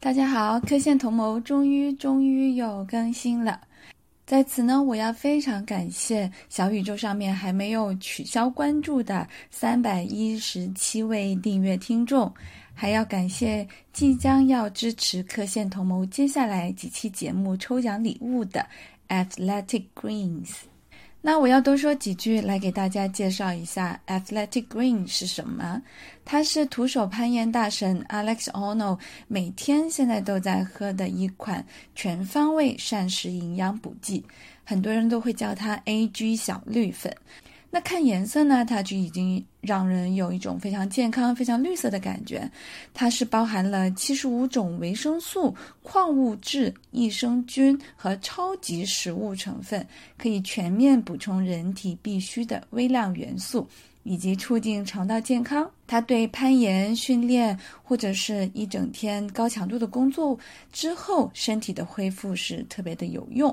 大家好，科线同谋终于终于又更新了。在此呢，我要非常感谢小宇宙上面还没有取消关注的三百一十七位订阅听众，还要感谢即将要支持科线同谋接下来几期节目抽奖礼物的 Athletic Greens。那我要多说几句来给大家介绍一下 Athletic Green 是什么。它是徒手攀岩大神 Alex Ono 每天现在都在喝的一款全方位膳食营养补剂，很多人都会叫它 AG 小绿粉。那看颜色呢，它就已经让人有一种非常健康、非常绿色的感觉。它是包含了七十五种维生素、矿物质、益生菌和超级食物成分，可以全面补充人体必需的微量元素，以及促进肠道健康。它对攀岩训练或者是一整天高强度的工作之后身体的恢复是特别的有用。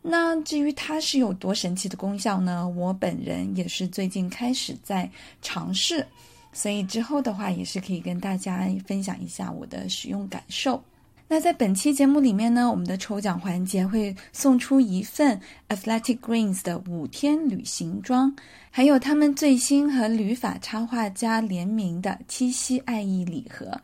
那至于它是有多神奇的功效呢？我本人也是最近开始在尝试，所以之后的话也是可以跟大家分享一下我的使用感受。那在本期节目里面呢，我们的抽奖环节会送出一份 Athletic Greens 的五天旅行装，还有他们最新和旅法插画家联名的七夕爱意礼盒。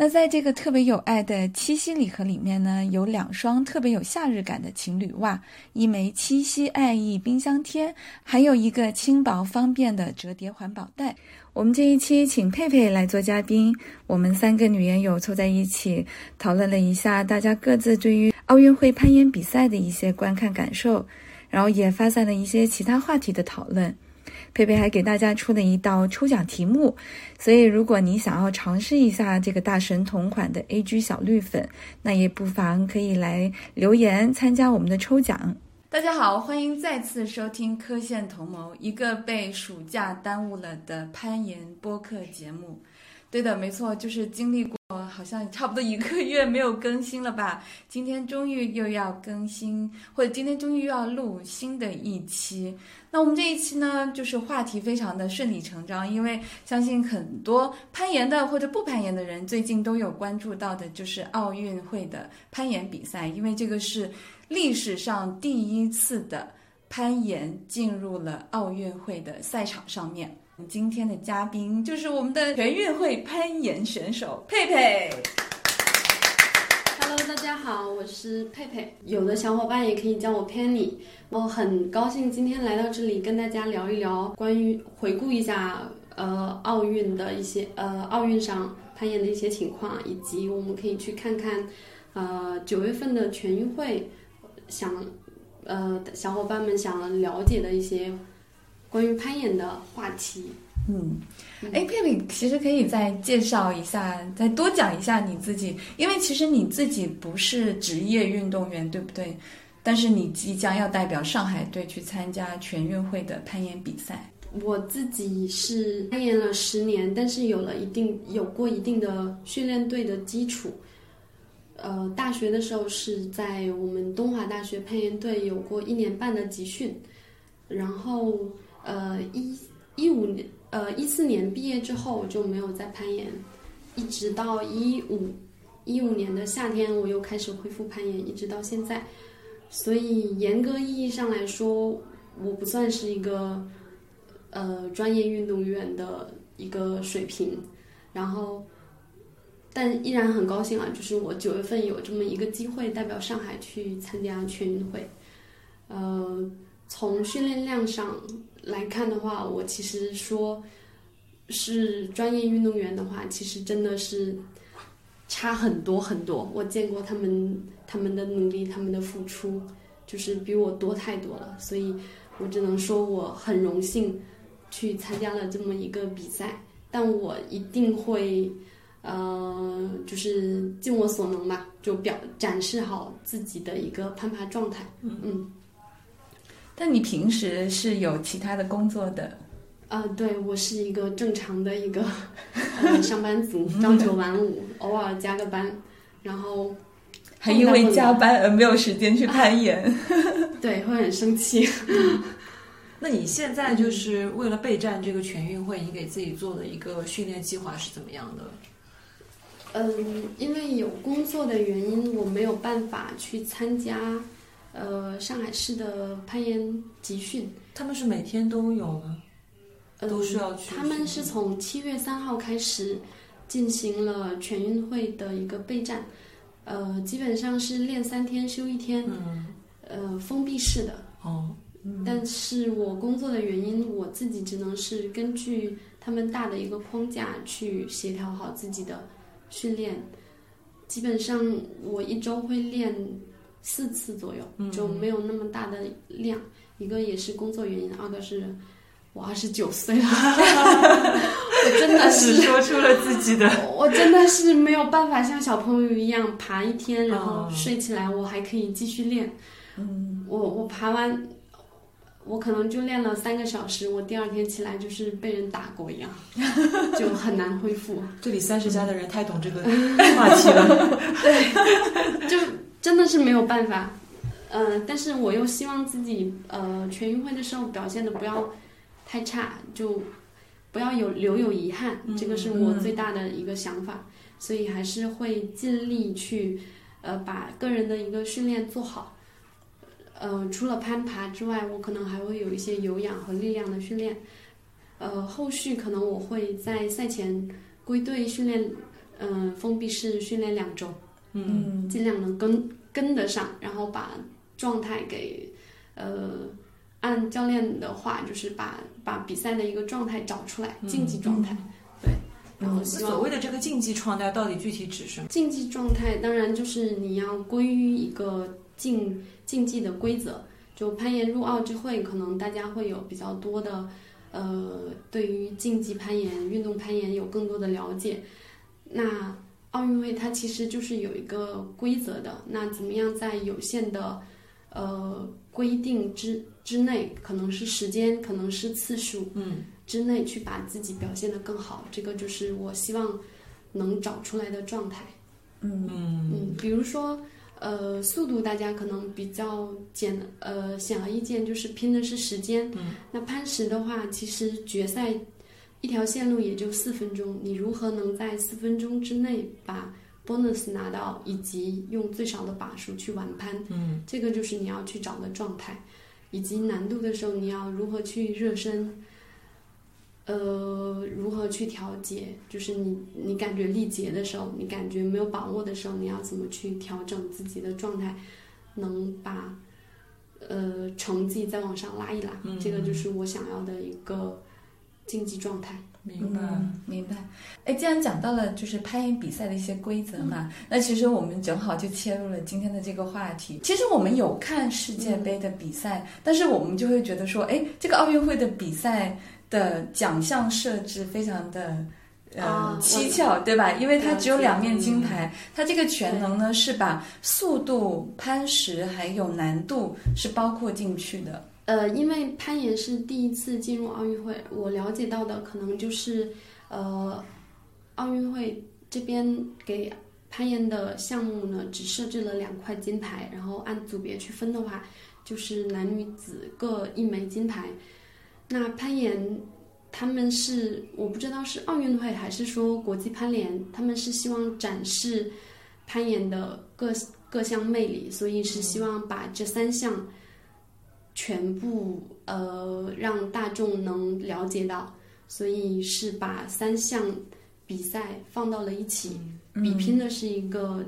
那在这个特别有爱的七夕礼盒里面呢，有两双特别有夏日感的情侣袜，一枚七夕爱意冰箱贴，还有一个轻薄方便的折叠环保袋。我们这一期请佩佩来做嘉宾，我们三个女研友凑在一起讨论了一下大家各自对于奥运会攀岩比赛的一些观看感受，然后也发散了一些其他话题的讨论。佩佩还给大家出了一道抽奖题目，所以如果你想要尝试一下这个大神同款的 AG 小绿粉，那也不妨可以来留言参加我们的抽奖。大家好，欢迎再次收听《科线同谋》，一个被暑假耽误了的攀岩播客节目。对的，没错，就是经历过好像差不多一个月没有更新了吧。今天终于又要更新，或者今天终于又要录新的一期。那我们这一期呢，就是话题非常的顺理成章，因为相信很多攀岩的或者不攀岩的人，最近都有关注到的，就是奥运会的攀岩比赛，因为这个是历史上第一次的攀岩进入了奥运会的赛场上面。我们今天的嘉宾就是我们的全运会攀岩选手佩佩。 Hello，大家好，我是佩佩，有的小伙伴也可以叫我 Penny。我很高兴今天来到这里，跟大家聊一聊关于回顾一下呃奥运的一些呃奥运上攀岩的一些情况，以及我们可以去看看呃九月份的全运会，想呃小伙伴们想了解的一些关于攀岩的话题。嗯，哎，佩佩，其实可以再介绍一下，再多讲一下你自己，因为其实你自己不是职业运动员，对不对？但是你即将要代表上海队去参加全运会的攀岩比赛。我自己是攀岩了十年，但是有了一定有过一定的训练队的基础。呃，大学的时候是在我们东华大学攀岩队有过一年半的集训，然后呃一一五年呃一四年毕业之后就没有再攀岩，一直到一五一五年的夏天我又开始恢复攀岩，一直到现在。所以严格意义上来说，我不算是一个呃专业运动员的一个水平，然后，但依然很高兴啊，就是我九月份有这么一个机会代表上海去参加全运会。呃，从训练量上来看的话，我其实说是专业运动员的话，其实真的是差很多很多。我见过他们他们的努力，他们的付出，就是比我多太多了，所以我只能说我很荣幸去参加了这么一个比赛，但我一定会，呃，就是尽我所能吧，就表展示好自己的一个攀爬状态。嗯，但你平时是有其他的工作的，啊、对我是一个正常的一个呃上班族，朝九晚五，偶尔加个班，然后还因为加班而没有时间去攀岩。对会很生气。 那你现在嗯就是为了备战这个全运会，你给自己做的一个训练计划是怎么样的？嗯，因为有工作的原因，我没有办法去参加呃上海市的攀岩集训。他们是每天都有吗？嗯、都是要去他们是从七月三号开始进行了全运会的一个备战，呃，基本上是练三天休一天，嗯，呃，封闭式的。哦，但是我工作的原因，我自己只能是根据他们大的一个框架去协调好自己的训练。基本上我一周会练四次左右，就没有那么大的量。一个也是工作原因，二个是我二十九岁了， 我真的但是是说出了自己的，我真的是没有办法像小朋友一样爬一天，然后嗯睡起来，我还可以继续练。嗯，我我爬完，我可能就练了三个小时，我第二天起来就是被人打过一样，就很难恢复。这里三十加的人太懂这个 话题了， 就真的是没有办法。呃，但是我又希望自己呃全运会的时候表现的不要太差，就不要有留有遗憾，这个是我最大的一个想法，所以还是会尽力去呃把个人的一个训练做好。呃，除了攀爬之外，我可能还会有一些有氧和力量的训练。呃，后续可能我会在赛前归队训练，嗯、封闭式训练两周。嗯，嗯尽量能跟跟得上，然后把状态给呃，按教练的话就是把把比赛的一个状态找出来，竞技状态，对，然后那希所望谓的这个竞技创代到底具体指什么？竞技状态当然就是你要归于一个竞竞技的规则，就攀岩入奥之会，可能大家会有比较多的呃，对于竞技攀岩、运动攀岩有更多的了解。那奥运会它其实就是有一个规则的，那怎么样在有限的呃规定之之内，可能是时间，可能是次数，嗯，之内去把自己表现得更好，这个就是我希望能找出来的状态。嗯嗯，比如说，呃，速度大家可能比较简呃显而易见，就是拼的是时间。嗯，那攀石的话，其实决赛一条线路也就四分钟，你如何能在四分钟之内把 bonus 拿到，以及用最少的把数去完攀？嗯，这个就是你要去找的状态，以及难度的时候你要如何去热身。呃，如何去调节？就是你你感觉力竭的时候，你感觉没有把握的时候，你要怎么去调整自己的状态，能把呃成绩再往上拉一拉？嗯这个就是我想要的一个竞技状态。明白。嗯，明白。哎，既然讲到了就是攀岩比赛的一些规则嘛，嗯那其实我们正好就切入了今天的这个话题。其实我们有看世界嗯杯的比赛，但是我们就会觉得说，哎，这个奥运会的比赛的奖项设置非常的。呃啊，蹊跷，对吧？因为它只有了解嗯两面金牌，它这个全能呢是把速度、攀石还有难度是包括进去的。呃，因为攀岩是第一次进入奥运会，我了解到的可能就是，呃，奥运会这边给攀岩的项目呢，只设置了两块金牌，然后按组别去分的话，就是男女子各一枚金牌。那攀岩，他们是我不知道是奥运会还是说国际攀联，他们是希望展示攀岩的各各项魅力，所以是希望把这三项。全部呃让大众能了解到，所以是把三项比赛放到了一起，嗯比拼的是一个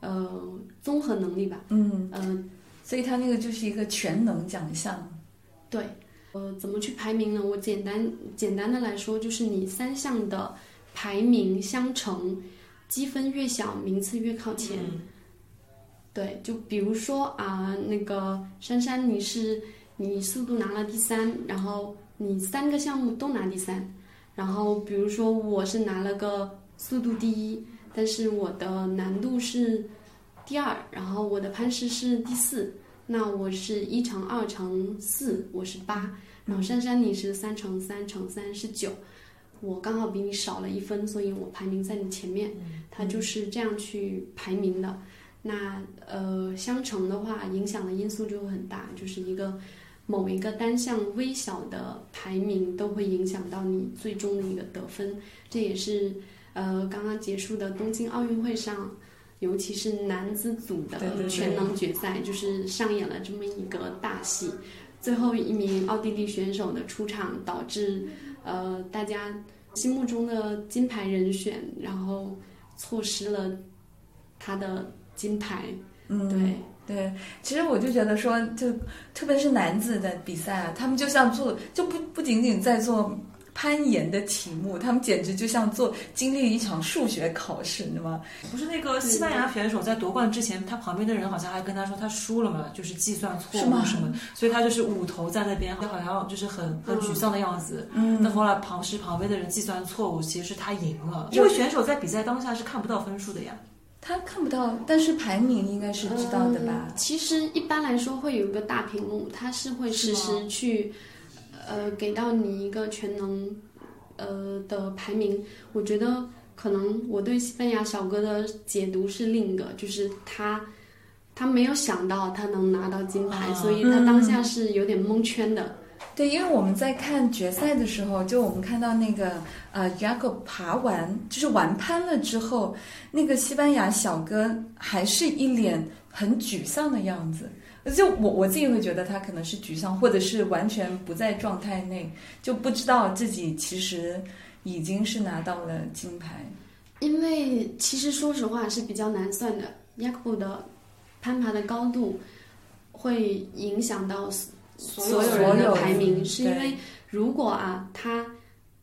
呃综合能力吧，嗯，呃所以它那个就是一个全能奖项。对，呃怎么去排名呢？我简单简单的来说，就是你三项的排名相乘，积分越小，名次越靠嗯前。对，就比如说啊、那个珊珊，你是你速度拿了第三，然后你三个项目都拿第三，然后比如说我是拿了个速度第一，但是我的难度是第二，然后我的攀石是第四，那我是一乘二乘四，我是八，然后珊珊你是三乘三乘三是九，我刚好比你少了一分，所以我排名在你前面，它就是这样去排名的。那呃，相乘的话，影响的因素就会很大，就是一个某一个单项微小的排名都会影响到你最终的一个得分，这也是呃刚刚结束的东京奥运会上，尤其是男子组对对的对全能决赛，就是上演了这么一个大戏。最后一名奥地利选手的出场，导致呃大家心目中的金牌人选，然后错失了他的金牌。嗯，对，对，其实我就觉得说，就特别是男子的比赛啊，他们就像做，就不不仅仅在做攀岩的题目，他们简直就像做经历一场数学考试，你知道吗？不是那个西班牙选手在夺冠之前，他旁边的人好像还跟他说他输了嘛，就是计算错是吗误什么的，所以他就是捂头在那边，好像就是很很沮丧的样子。嗯但后来旁是旁边的人计算错误，其实是他赢了，因为选手在比赛当下是看不到分数的呀。他看不到，但是排名应该是知道的吧嗯？其实一般来说会有一个大屏幕，它是会实是时去，呃，给到你一个全能，呃的排名。我觉得可能我对西班牙小哥的解读是另一个，就是他他没有想到他能拿到金牌，啊所以他当下是有点蒙圈的。对，因为我们在看决赛的时候，就我们看到那个呃 j a c o 爬完就是完攀了之后，那个西班牙小哥还是一脸很沮丧的样子。就我我自己会觉得他可能是沮丧，或者是完全不在状态内，就不知道自己其实已经是拿到了金牌。因为其实说实话是比较难算的，雅克布的攀爬的高度会影响到所有人的排名，是因为如果啊，他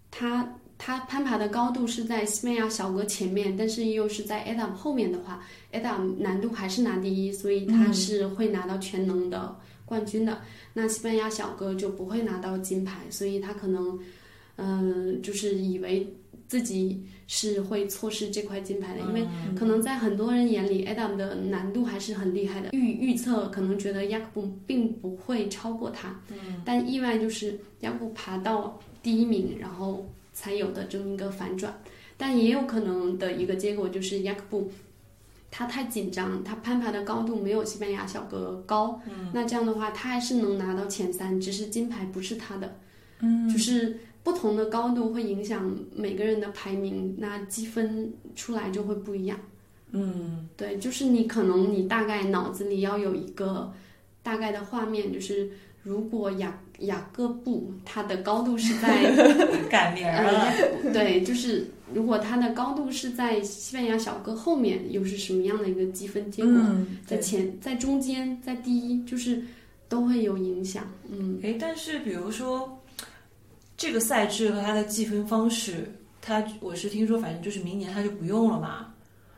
他他攀爬的高度是在西班牙小哥前面，但是又是在 Adam 后面的话，Adam 难度还是拿第一，所以他是会拿到全能的冠军的。那西班牙小哥就不会拿到金牌，所以他可能，嗯、就是以为自己是会错失这块金牌的，因为嗯嗯可能在很多人眼里，Adam 的难度还是很厉害的。预预测可能觉得 y a k u b 并不会超过他，但意外就是 y a k u 爬到第一名，然后才有的这么一个反转。但也有可能的一个结果就是 y a k u 他太紧张，他攀爬的高度没有西班牙小哥高，那这样的话他还是能拿到前三，只是金牌不是他的。嗯，就是不同的高度会影响每个人的排名，那积分出来就会不一样。嗯，对，就是你可能你大概脑子里要有一个大概的画面，就是如果雅雅各布他的高度是 在改名儿呃了，雅各布对，就是如果他的高度是在西班牙小哥后面，又是什么样的一个积分结果？嗯，在对，前、在中间、在第一，就是都会有影响。嗯，诶，但是比如说这个赛制和它的计分方式，它我是听说，反正就是明年它就不用了嘛。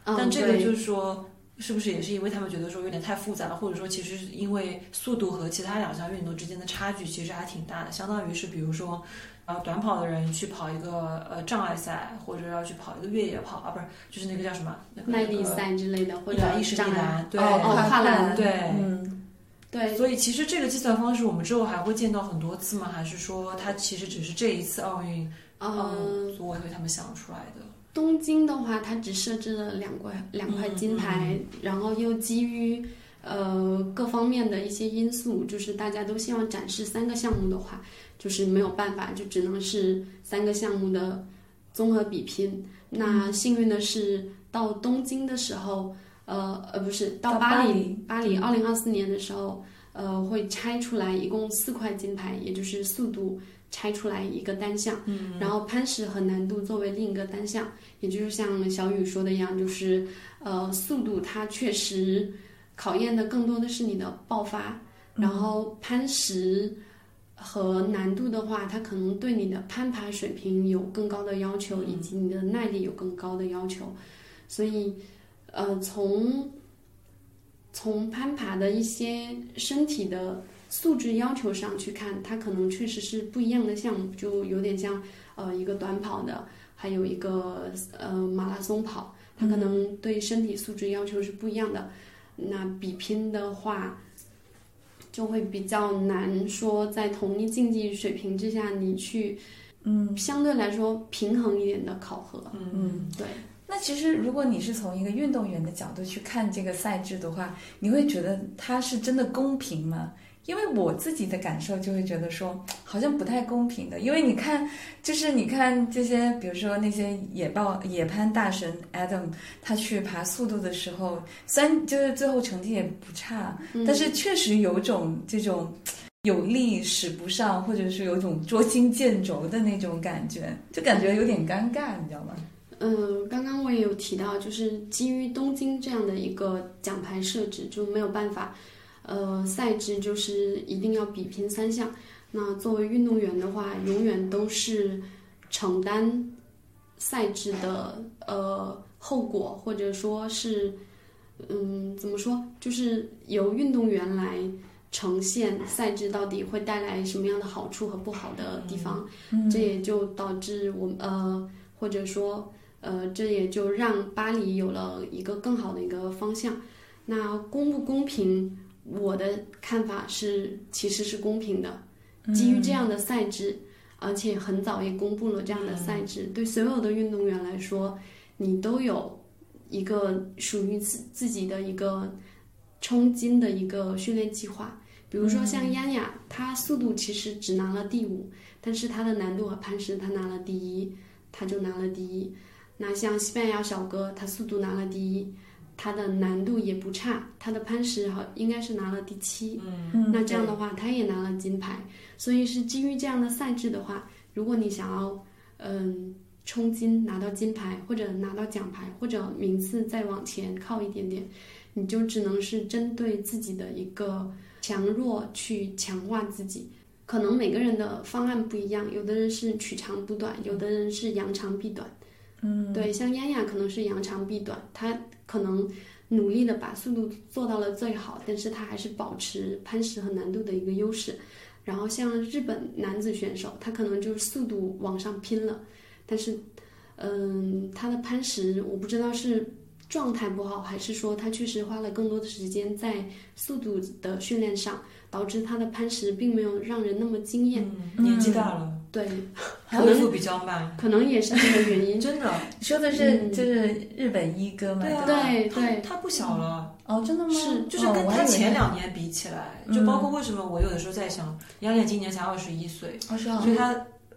嗯但这个对就是说，是不是也是因为他们觉得说有点太复杂了，或者说其实是因为速度和其他两项运动之间的差距其实还挺大的，相当于是比如说。呃，短跑的人去跑一个呃障碍赛，或者要去跑一个越野跑啊，不是，就是那个叫什么那个耐力，赛之类的，或一者百一十障米碍，栏，对、哦哦跨栏对，嗯，对，所以其实这个计算方式，我们之后还会见到很多次吗？还是说它其实只是这一次奥运，哦嗯。组委会他们想出来的？东京的话，它只设置了两块两块金牌，然后又基于呃各方面的一些因素，就是大家都希望展示三个项目的话，就是没有办法，就只能是三个项目的综合比拼。那幸运的是，到东京的时候，呃呃，不是到到巴巴黎黎，嗯巴黎二零二四年的时候，呃，会拆出来一共四块金牌，也就是速度拆出来一个单项，嗯然后攀石和难度作为另一个单项，也就是像小雨说的一样，就是呃，速度它确实考验的更多的是你的爆发，然后攀石。和难度的话，它可能对你的攀爬水平有更高的要求，以及你的耐力有更高的要求。所以，呃，从从攀爬的一些身体的素质要求上去看，它可能确实是不一样的项目，就有点像呃一个短跑的，还有一个呃马拉松嗯跑，它可能对身体素质要求是不一样的。那比拼的话，就会比较难说在同一竞技水平之下，你去嗯相对来说平衡一点的考核。嗯，对。那其实，如果你是从一个运动员的角度去看这个赛制的话，你会觉得它是真的公平吗？因为我自己的感受就会觉得说，好像不太公平的。因为你看，就是你看这些，比如说那些野豹、野攀大神 Adam，他去爬速度的时候，虽然就是最后成绩也不差，嗯但是确实有种这种有力使不上，或者是有种捉襟见肘的那种感觉，就感觉有点尴尬，你知道吗？嗯，刚刚我也有提到，就是基于东京这样的一个奖牌设置，就没有办法，呃，赛制就是一定要比拼三项。那作为运动员的话，永远都是承担赛制的呃后果，或者说是，嗯，怎么说，就是由运动员来呈现赛制到底会带来什么样的好处和不好的地方。嗯这也就导致我们呃，或者说呃，这也就让巴黎有了一个更好的一个方向。那公不公平？我的看法是，其实是公平的。嗯基于这样的赛制，而且很早也公布了这样的赛制，对所有的运动员来说，你都有一个属于自自己的一个冲金的一个训练计划。比如说像丫丫，她速度其实只拿了第五，但是她的难度和攀石她拿了第一，她就拿了第一。那像西班牙小哥，他速度拿了第一，他的难度也不差，他的攀石好应该是拿了第七。嗯那这样的话，他也拿了金牌。所以是基于这样的赛制的话，如果你想要嗯冲金拿到金牌，或者拿到奖牌，或者名次再往前靠一点点，你就只能是针对自己的一个强弱去强化自己。可能每个人的方案不一样，有的人是取长补短，有的人是扬长避短。嗯，对，像嫣雅可能是扬长避短，她可能努力的把速度做到了最好，但是她还是保持攀石和难度的一个优势。然后像日本男子选手，他可能就是速度往上拼了，但是，嗯，他的攀石我不知道是状态不好，还是说他确实花了更多的时间在速度的训练上，导致他的攀石并没有让人那么惊艳。年纪大了，对，嗯可恢能复比较慢，可能也是这个原因。真的。你说的是、嗯就是日本一哥嘛？对啊，吧对他对他不小了，哦，真的吗？是就是哦跟我他还以为前两年比起来，嗯就包括为什么我有的时候在想，杨戬今年才二十一岁，哦是啊所以他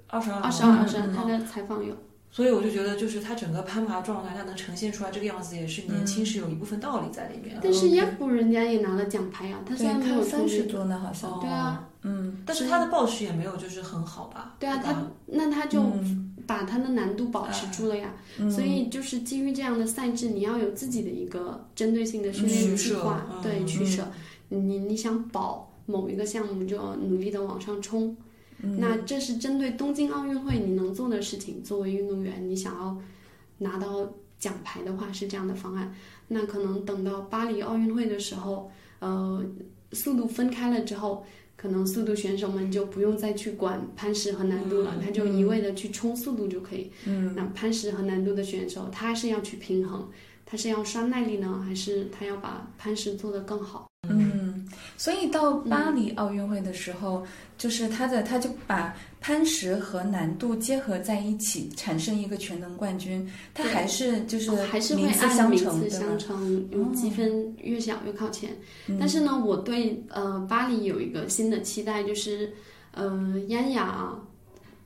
二十二，二十二，二十哦二，嗯他的采访有，所以我就觉得，就是他整个攀爬状态，他能呈现出来这个样子，也是年轻嗯是有一部分道理在里面。但是亚布人家也拿了奖牌呀、他虽对，然没他有三冲十击，多呢，好像。哦对啊，嗯，但是他的报时也没有就是很好吧？对啊，吧他那他就嗯把他的难度保持住了呀。嗯所以就是基于这样的赛制，你要有自己的一个针对性的训练取计舍划，嗯对嗯取舍。你你想保某一个项目，就要努力的往上冲。嗯那这是针对东京奥运会你能做的事情。作为运动员，你想要拿到奖牌的话，是这样的方案。那可能等到巴黎奥运会的时候，呃，速度分开了之后，可能速度选手们就不用再去管攀石和难度了，嗯他就一味的去冲速度就可以。嗯，那攀石和难度的选手，他是要去平衡，他是要刷耐力呢，还是他要把攀石做得更好？嗯，所以到巴黎奥运会的时候，嗯就是他的他就把攀石和难度结合在一起，产生一个全能冠军。他对哦还是就是还是会名次按相名乘，次对吧哦相？乘，有积分越小越靠前。嗯但是呢，我对呃巴黎有一个新的期待，就是呃嫣雅啊，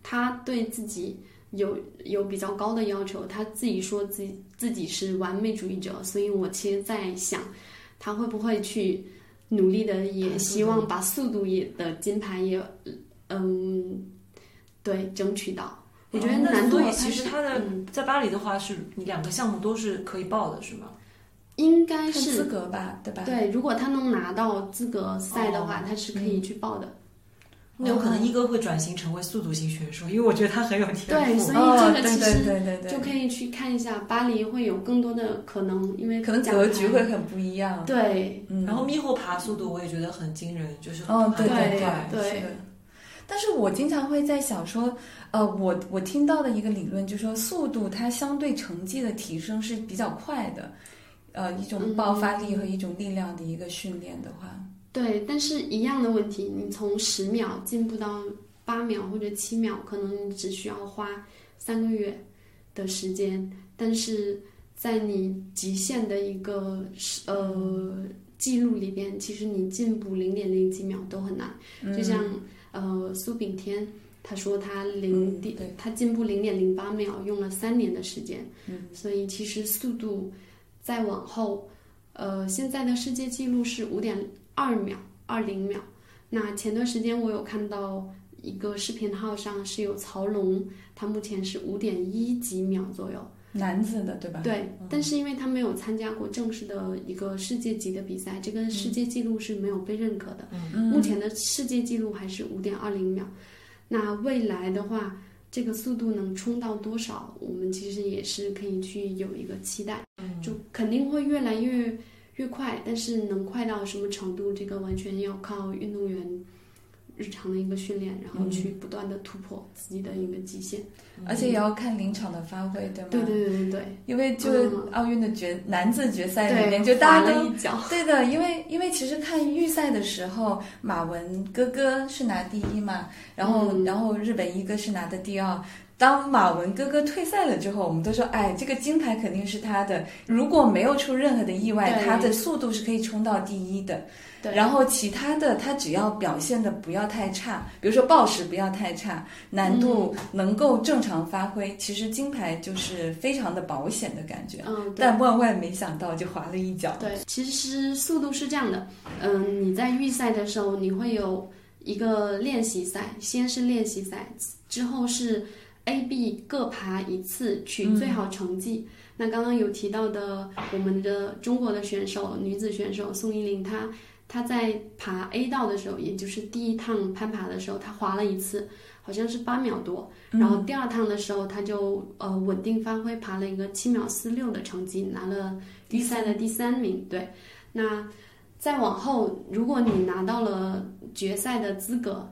她对自己有有比较高的要求，她自己说自己自己是完美主义者，所以我其实在想，她会不会去努力的，也希望把速度也的金牌也嗯对争取到。我觉得哦那难度所以和其攀实石他的嗯在巴黎的话，是你两个项目都是可以报的，是吗？应该看是资格吧，对吧？对，如果他能拿到资格赛的话，他是可以去报的。哦那有嗯可能一哥会转型成为速度型选手，因为我觉得他很有天对，赋所。哦，对以这个对其实对对对，就可以去看一下巴黎会有更多的可能，因为可能奖格局牌会很不一样。对嗯，然后猕猴爬速度我也觉得很惊人，就是很哦，快对对对对是的。但是我经常会在想说，呃，我我听到的一个理论就是说，速度它相对成绩的提升是比较快的，呃，一种爆发力和一种力量的一个训练的话，对，但是一样的问题，你从十秒进步到八秒或者七秒，可能你只需要花三个月的时间，但是在你极限的一个呃记录里边，其实你进步零点零几秒都很难。嗯就像呃苏炳添，他说他零嗯点、对他进步零点零八秒用了三年的时间，嗯所以其实速度再往后，呃现在的世界纪录是五点二秒二零秒。那前段时间我有看到一个视频号上是有曹龙，他目前是五点一几秒左右。男子的哎对吧？对，嗯但是因为他没有参加过正式的一个世界级的比赛，这个世界纪录是没有被认可的。嗯目前的世界纪录还是五点二零秒。那未来的话，这个速度能冲到多少，我们其实也是可以去有一个期待，嗯就肯定会越来越越快，但是能快到什么程度，这个完全要靠运动员日常的一个训练，然后去嗯不断的突破自己的一个极限。而且也要看临场的发挥，对吗？对对对对对，因为就嗯奥运的决男子决赛里对，面，就大滑家了都一脚。对的，因为因为其实看预赛的时候，马文哥哥是拿第一嘛，然后、嗯然后日本一哥是拿的第二。当马文哥哥退赛了之后，我们都说，哎，这个金牌肯定是他的。如果没有出任何的意外，对他的速度是可以冲到第一的。对，然后其他的，他只要表现的不要太差，比如说报时不要太差，难度嗯能够正常发挥，其实金牌就是非常的保险的感觉。嗯，对但万万没想到，就滑了一跤。对，其实速度是这样的，嗯，你在预赛的时候，你会有一个练习赛，先是练习赛，之后是 A、B 各爬一次，取最好成绩。那刚刚有提到的，我们的中国的选手，女子选手宋依龄，她她在爬 A 道的时候，也就是第一趟攀爬的时候，她滑了一次，好像是八秒多。然后第二趟的时候，她就呃稳定发挥，爬了一个七秒四六的成绩，拿了预赛的第三名。对，那再往后，如果你拿到了决赛的资格，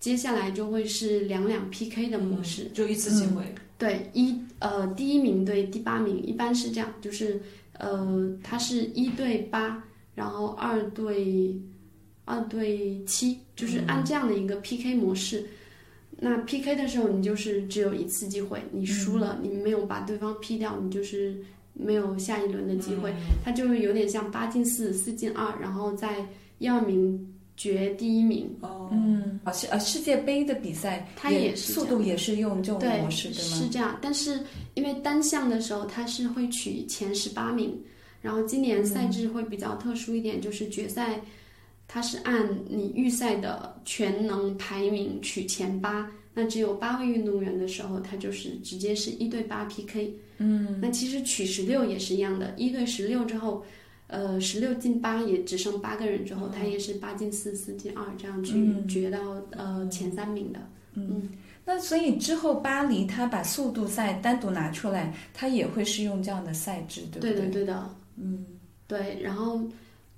接下来就会是两两 PK 的模式。就一次机嗯会，对，一呃第一名对第八名，一般是这样，就是呃它是一对八，然后二对二对七，就是嗯按这样的一个 PK 模式。那 PK 的时候，你就是只有一次机会，嗯你输了，你没有把对方 P 掉，你就是没有下一轮的机会。嗯它就有点像八进四、四进二，然后在一二名决第一名。哦，嗯，啊世呃世界杯的比赛，它也是速这样度也是用这种对，模式，对是吗？这样，但是因为单项的时候它是会取前十八名，然后今年嗯赛制会比较特殊一点，就是决赛它是按你预赛的全能排名取前八，那只有八位运动员的时候，它就是直接是一对八 PK。嗯，那其实取十六也是一样的，一对十六之后。呃，十六进八也只剩八个人之后，它哦也是八进四、四进二这样去嗯决到、呃前三名的。那所以之后巴黎他把速度赛单独拿出来，他也会是用这样的赛制，对不对对？的，对的，嗯，对。然后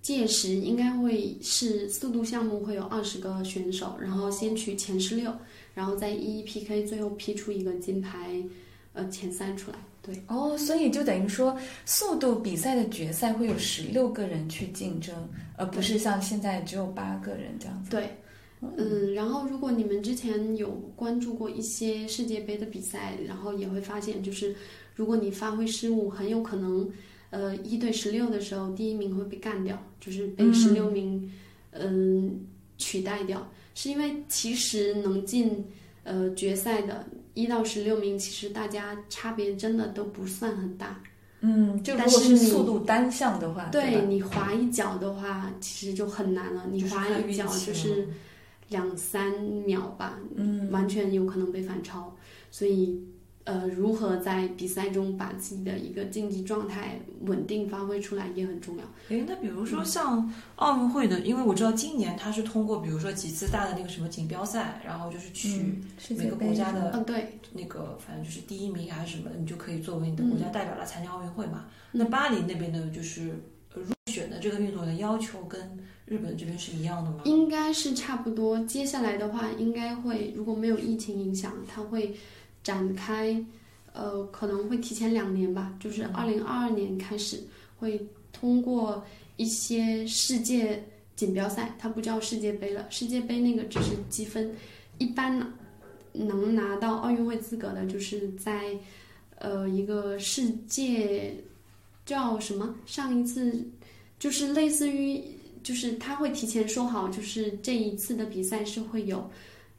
届时应该会是速度项目会有二十个选手，然后先取前十六，然后再一一 PK，最后 P 出一个金牌，呃，前三出来。对，哦，所以就等于说，速度比赛的决赛会有十六个人去竞争，而不是像现在只有八个人这样子。对，嗯，然后如果你们之前有关注过一些世界杯的比赛，然后也会发现，就是如果你发挥失误，很有可能，呃，一对十六的时候，第一名会被干掉，就是被嗯十六名，嗯、取代掉，是因为其实能进呃决赛的一到十六名，其实大家差别真的都不算很大，嗯，就如但果是是你速度单项的啊话，对对吧？你滑一脚的话，其实就很难了。你就是滑看一运脚气就了是两三秒吧，嗯，完全有可能被反超。所以，呃，如何在比赛中把自己的一个竞技状态稳定发挥出来也很重要。诶，那比如说像奥运会的，因为我知道今年它是通过比如说几次大的那个什么锦标赛，然后就是取世每界个杯国家是吗的嗯，对，那个反正就是第一名还是什么，你就可以作为你嗯的国家代表来参加奥运会嘛。那巴黎那边的就是呃入选的这个运动员要求跟日本这边是一样的吗？应该是差不多。接下来的话，应该会如果没有疫情影响，它会展开，呃，可能会提前两年吧，就是二零二二年开始会通过一些世界锦标赛，它不叫世界杯了，世界杯那个只是积分，一般呢能拿到奥运会资格的，就是在呃一个世界叫什么上一次就是类似于，就是他会提前说好，就是这一次的比赛是会有，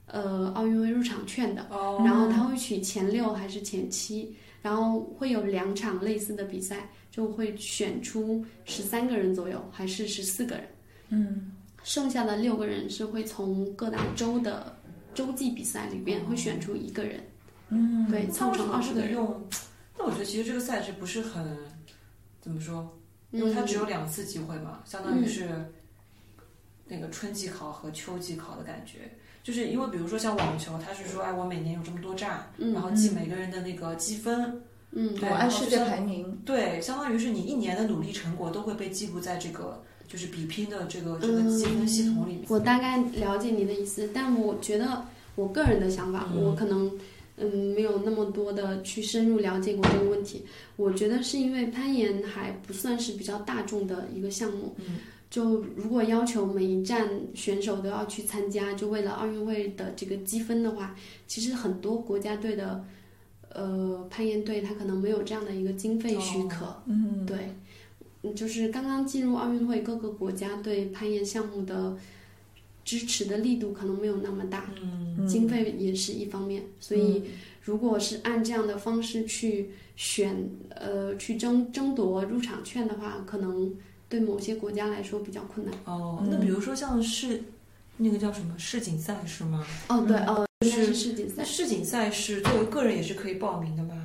呃，奥运会入场券的，哦然后他会取前六还是前七，然后会有两场类似的比赛，就会选出十三个人左右，还是十四个人，嗯剩下的六个人是会从各大洲的洲际比赛里边会选出一个人，嗯，对，他凑为什成么二不十个能人。用？那我觉得其实这个赛制不是很怎么说，因为嗯，它只有两次机会嘛，相当于是那个春季考和秋季考的感觉。就是因为比如说像网球，它是说哎我每年有这么多站，嗯然后记每个人的那个积分，嗯，对我按世界排名，对，相当于是你一年的努力成果都会被记录在这个就是比拼的这个这个积分系统里面。嗯我大概了解你的意思，但我觉得我个人的想法，嗯我可能嗯没有那么多的去深入了解过这个问题。我觉得是因为攀岩还不算是比较大众的一个项目，嗯就如果要求每一站选手都要去参加，就为了奥运会的这个积分的话，其实很多国家队的呃攀岩队他可能没有这样的一个经费哦许可。嗯，对，嗯就是刚刚进入奥运会，各个国家对攀岩项目的支持的力度可能没有那么大，嗯，嗯经费也是一方面。所以，如果是按这样的方式去选，呃，去争争夺入场券的话，可能对某些国家来说比较困难。哦，那比如说像是那个叫什么世锦赛是吗？哦，对，嗯哦，应该是世锦那赛，世锦赛是作为个人也是可以报名的吗？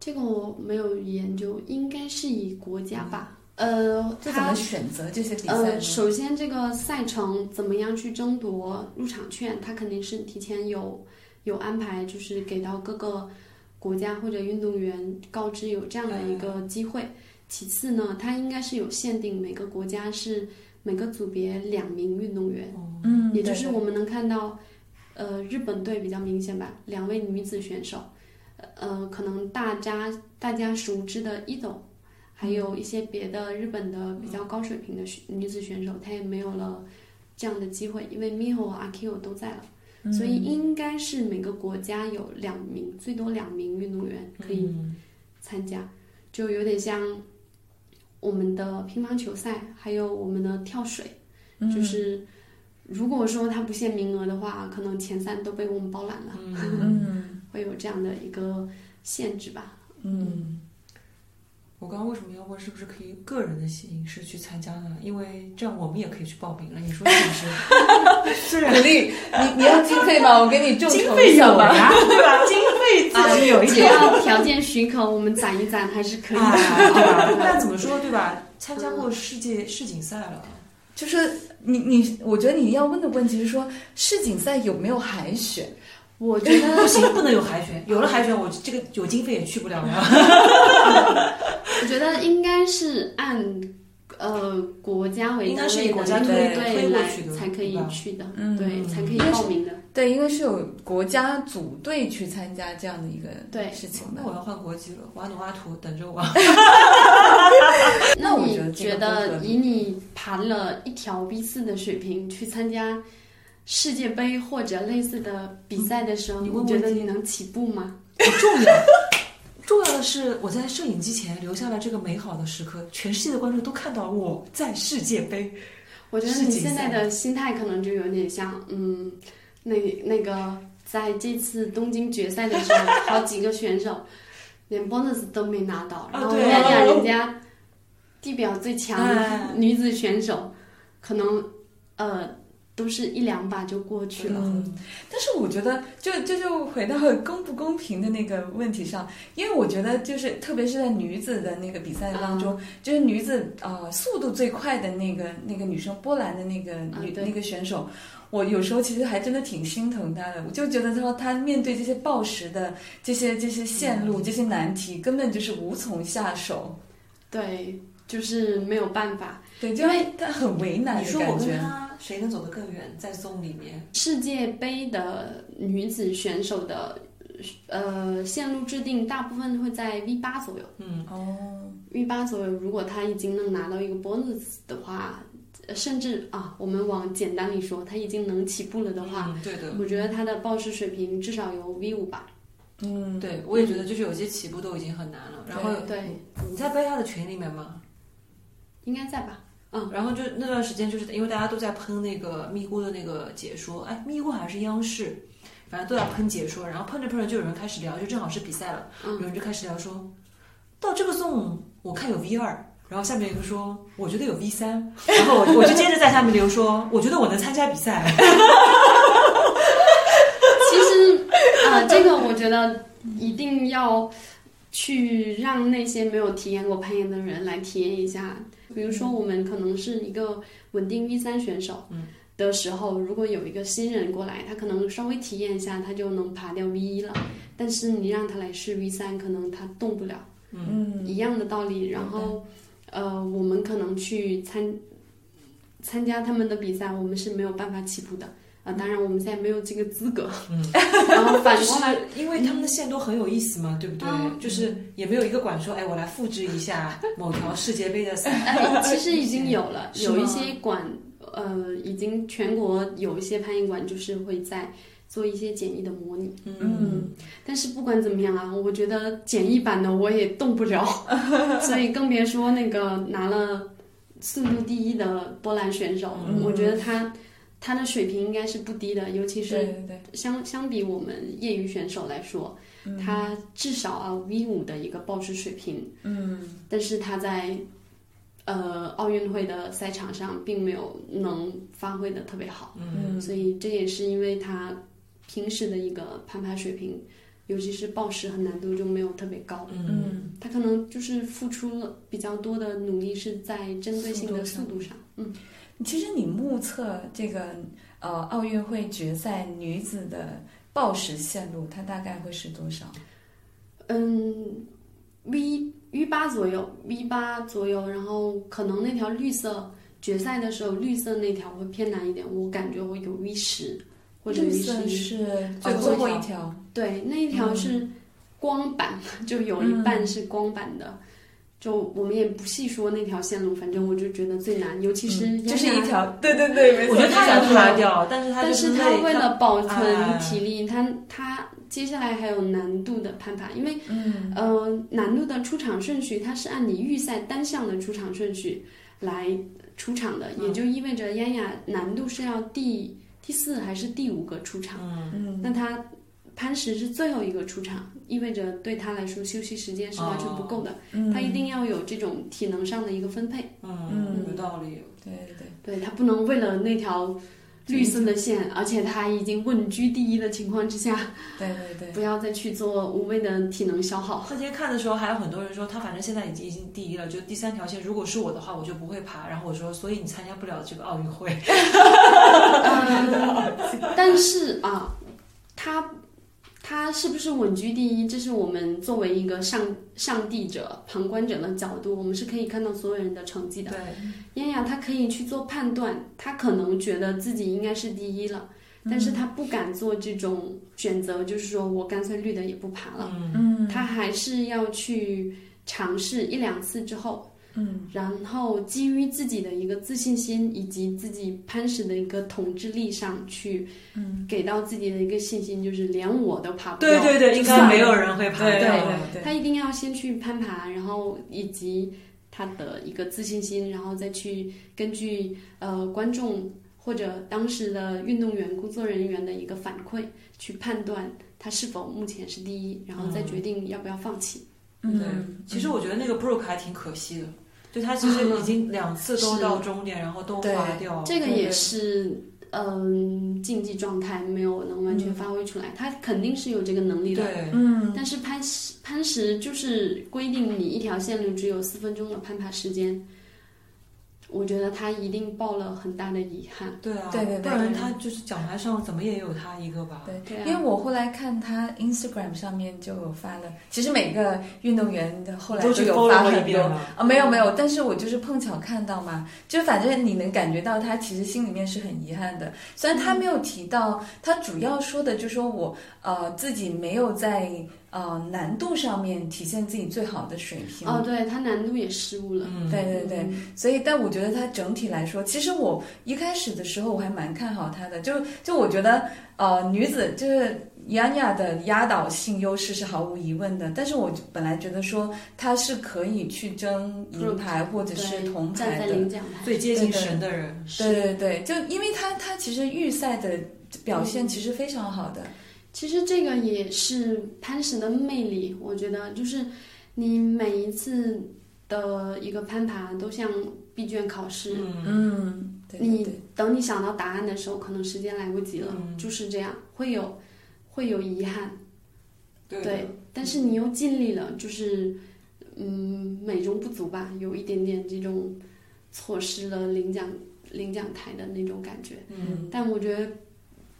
这个我没有研究，应该是以国家吧。呃，这怎它么选择这些比赛呃，呢？首先这个赛程怎么样去争夺入场券，它肯定是提前有有安排，就是给到各个国家或者运动员告知有这样的一个机会。其次呢，它应该是有限定，每个国家是每个组别两名运动员，哦，嗯，也就是对我们能看到，呃，日本队比较明显吧，两位女子选手，呃，可能大家大家熟知的伊豆，还嗯有一些别的日本的比较高水平的选女子选手，她也没有了这样的机会，因为 Miho 和 Akio 都在了，嗯所以应该是每个国家有两名，最多两名运动员可以嗯参加，就有点像我们的乒乓球赛，还有我们的跳水。嗯嗯就是如果说它不限名额的话，可能前三都被我们包揽了，嗯 会有这样的一个限制吧。嗯嗯，我刚刚为什么要问是不是可以个人的形式去参加呢？因为这样我们也可以去报名了。你说是不是？ 虽然 鼓励你，你要经费吗？我给你众筹一下有吧。呀， 对吧？经费自己 有一只点。要条件许可，我们攒一攒还是可以啊，的。对 吧？但怎么说，对吧？参加过世界世锦赛了， 就是你你，我觉得你要问的问题是说，世锦赛有没有海选？ 我觉不得，行，不能有海选。有了海选，我这个有经费也去不了了。我觉得应该是按呃国家为应该单是以位国的家运动推推队过来去的才可以对吧去的，嗯对，才可以应该是报名的。对，应该是有国家组队去参加这样的一个对事情那吧。我要换国籍了，瓦努阿图等着我。 那我你觉得这个觉不合得理以你盘了一条 B 四的水平去参加世界杯或者类似的比赛的时候，嗯你你问觉问得题你能起步吗？不重要，重要的是我在摄影机前留下了这个美好的时刻，全世界的观众都看到我在世界杯。我觉得是你竞现在赛的心态可能就有点像，嗯，那那个在这次东京决赛的时候，好几个选手连 bonus 都没拿到，然后啊对人家人家地表最强哎女子选手，可能呃都是一两把就过去了。嗯但是我觉得就，这就回到公不公平的那个问题上，因为我觉得就是，特别是在女子的那个比赛当中，就是女子呃速度最快的那个那个女生，波兰的那个女、啊对那个选手，我有时候其实还真的挺心疼她的，我就觉得她她面对这些暴食的这些这些线路、这些难题，根本就是无从下手，对，就是没有办法。对，就因为她很为难你的说我感跟觉。他谁能走得更远，在 zone 里面？世界杯的女子选手的呃线路制定大部分会在 V 八左右嗯，哦， ，V 八左右，如果她已经能拿到一个 bonus 的话，呃甚至啊，我们往简单里说，她已经能起步了的话，嗯，对的。我觉得她的报时水平至少有 V 五吧。嗯，对，我也觉得就是有些起步都已经很难了，然后对，你在背他的群里面吗？应该在吧？嗯，然后就那段时间，就是因为大家都在喷那个咪咕的那个解说，哎，咪咕还是央视，反正都在喷解说，然后喷着喷着就有人开始聊，就正好是比赛了，嗯有人就开始聊说，到这个 zone 我看有 V 二。然后下面一个说，我觉得有 V 三，然后我我就接着在下面留说，我觉得我能参加比赛。其实啊、呃这个我觉得一定要去让那些没有体验过攀岩的人来体验一下。比如说，我们可能是一个稳定 V 三选手的时候，如果有一个新人过来，他可能稍微体验一下，他就能爬掉 V 一了。但是你让他来试 V 三，可能他动不了。嗯一样的道理。然后，呃，我们可能去参参加他们的比赛，我们是没有办法起步的啊、当然，我们现在没有这个资格。嗯 然后反过 来，呃因为他们的线都很有意思嘛，对不对？就是也没有一个管说，哎，我来复制一下某条世界杯的赛。哎，其实已经有了，是吗有一些馆，呃，已经全国有一些攀岩馆就是会在做一些简易的模拟。嗯，嗯，但是不管怎么样啊，我觉得简易版的我也动不 了，所以更别说那个拿了速度第一的波兰选手，嗯我觉得他他的水平应该是不低的，尤其对是对对，相相比我们业余选手来说，嗯他至少啊 V 五的一个保持水平，嗯但是他在呃奥运会的赛场上并没有能发挥的特别好。嗯所以这也是因为他平时的一个攀爬水平，尤其是暴食和难度就没有特别高。嗯嗯，他可能就是付出了比较多的努力是在针对性的速度上。嗯，其实你目测这个呃奥运会决赛女子的报时线路，它大概会是多少？嗯，V V 八左右，V 八左右，然后可能那条绿色决赛的时候，绿色那条会偏难一点，我感觉我有 V 十或者 V 绿色十一。是最最后一条嗯后一条，对，那一条是嗯光板， 就有一半是光板的。就我们也不细说那条线路，反正我就觉得最难，尤其是嗯就是烟一台，条，对对对，没错我觉得他就是想一条拉掉，但是他但就是是他累为了保哎存体力，他他接下来还有难度的攀爬，因为嗯呃难度的出场顺序，它是按你预赛单项的出场顺序来出场的，也就意味着燕雅难度是要第第四还是第五个出场。嗯嗯那他潘石是最后一个出场，意味着对他来说休息时间是完全不够的，嗯，他一定要有这种体能上的一个分配，嗯，有道理。对对对，对他不能为了那条绿色的线，而且他已经稳居第一的情况之下，对对对，不要再去做无谓的体能消耗。那天看的时候，还有很多人说他反正现在已经已经第一了，就第三条线，如果是我的话，我就不会爬。然后我说，所以你参加不了这个奥运会。 但是啊，他他是不是稳居第一，这是我们作为一个上上帝者、旁观者的角度，我们是可以看到所有人的成绩的。对，燕雅她可以去做判断，她可能觉得自己应该是第一了，但是她不敢做这种选择，就是说我干脆绿的也不爬了，嗯，嗯她还是要去尝试一两次之后，嗯然后基于自己的一个自信心以及自己攀石的一个统治力上去，嗯，给到自己的一个信心，就是连我都爬不对掉，对对，应就该算没有了。人会爬对掉。对对，她一定要先去攀爬，然后以及她的一个自信心，然后再去根据呃观众或者当时的运动员、工作人员的一个反馈去判断他是否目前是第一，然后再决定要不要放弃。嗯，其实我觉得那个 Brooke 还挺可惜的，就他其实已经两次都到终点，然后都滑掉。这个对也对是。嗯，竞技状态没有能完全发挥出来，他肯定是有这个能力的，对，嗯但是攀石攀石就是规定你一条线路只有四分钟的攀爬时间，我觉得他一定抱了很大的遗憾。对啊，对对对不然他就是奖牌上怎么也有他一个吧。对对啊因为我后来看他 Instagram 上面就有发了，其实每个运动员的后来都都去有发 follow 一很遍多。了。啊、没有没有，但是我就是碰巧看到嘛，就反正你能感觉到他其实心里面是很遗憾的。虽然他没有提到，他主要说的就是说我呃自己没有在呃难度上面体现自己最好的水平。哦，对，它难度也失误了。嗯，对对对，所以但我觉得它整体来说，其实我一开始的时候我还蛮看好她的，就就我觉得呃女子就是。杨雅的压倒性优势是毫无疑问的，但是我本来觉得说她是可以去争银牌或者是对铜站牌在的，领奖台，最接近对对神的人，对是。对对，就因为她她其实预赛的表现其实非常好的，其实这个也是攀石的魅力，我觉得就是你每一次的一个攀爬都像闭卷考试，嗯，嗯，对对你对，等你想到答案的时候，可能时间来不及了，嗯就是这样，会有会有遗憾，对对但是你又尽力了，就是嗯美中不足吧，有一点点这种错失了领奖领奖台的那种感觉。嗯，但我觉得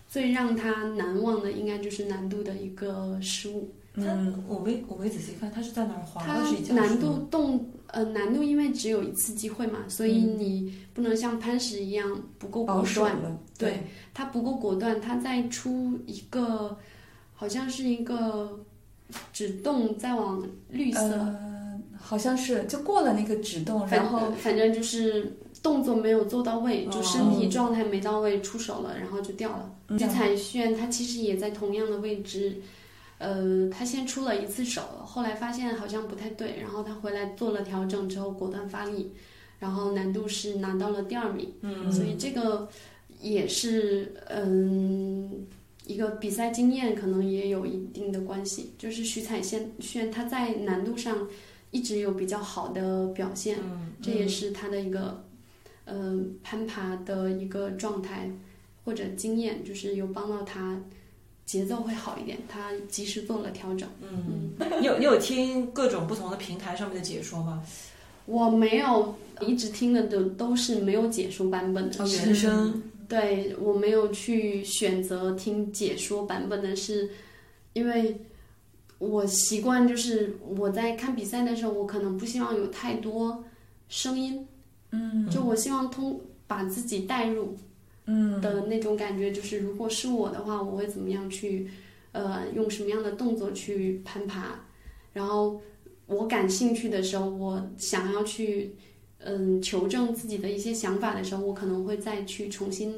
最让他难忘的，应该就是难度的一个失误。他嗯。我没我没仔细看，他是在哪儿滑它的是一件难度动呃难度，因为只有一次机会嘛，所以嗯你不能像潘石一样不够果保守断。了，对，他不够果断，他在出一个好像是一个指动再往绿色，呃，好像是就过了那个指动，反然后反正就是动作没有做到位，哦就身体状态没到位，出手了，然后就掉了。嗯徐彩炫她其实也在同样的位置，呃，她先出了一次手，后来发现好像不太对，然后她回来做了调整之后，果断发力，然后难度是拿到了第二名，嗯所以这个也是嗯。一个比赛经验可能也有一定的关系，就是徐彩炫炫她在难度上一直有比较好的表现，嗯这也是他的一个，呃，攀爬的一个状态或者经验，就是有帮到他节奏会好一点，他及时做了调整。嗯，你有你有听各种不同的平台上面的解说吗？我没有一直听的都都是没有解说版本的，是原声，对我没有去选择听解说版本的是，因为我习惯就是我在看比赛的时候，我可能不希望有太多声音，嗯就我希望通把自己带入。嗯的那种感觉，就是如果是我的话，我会怎么样去，呃，用什么样的动作去攀爬，然后我感兴趣的时候，我想要去，嗯，求证自己的一些想法的时候，我可能会再去重新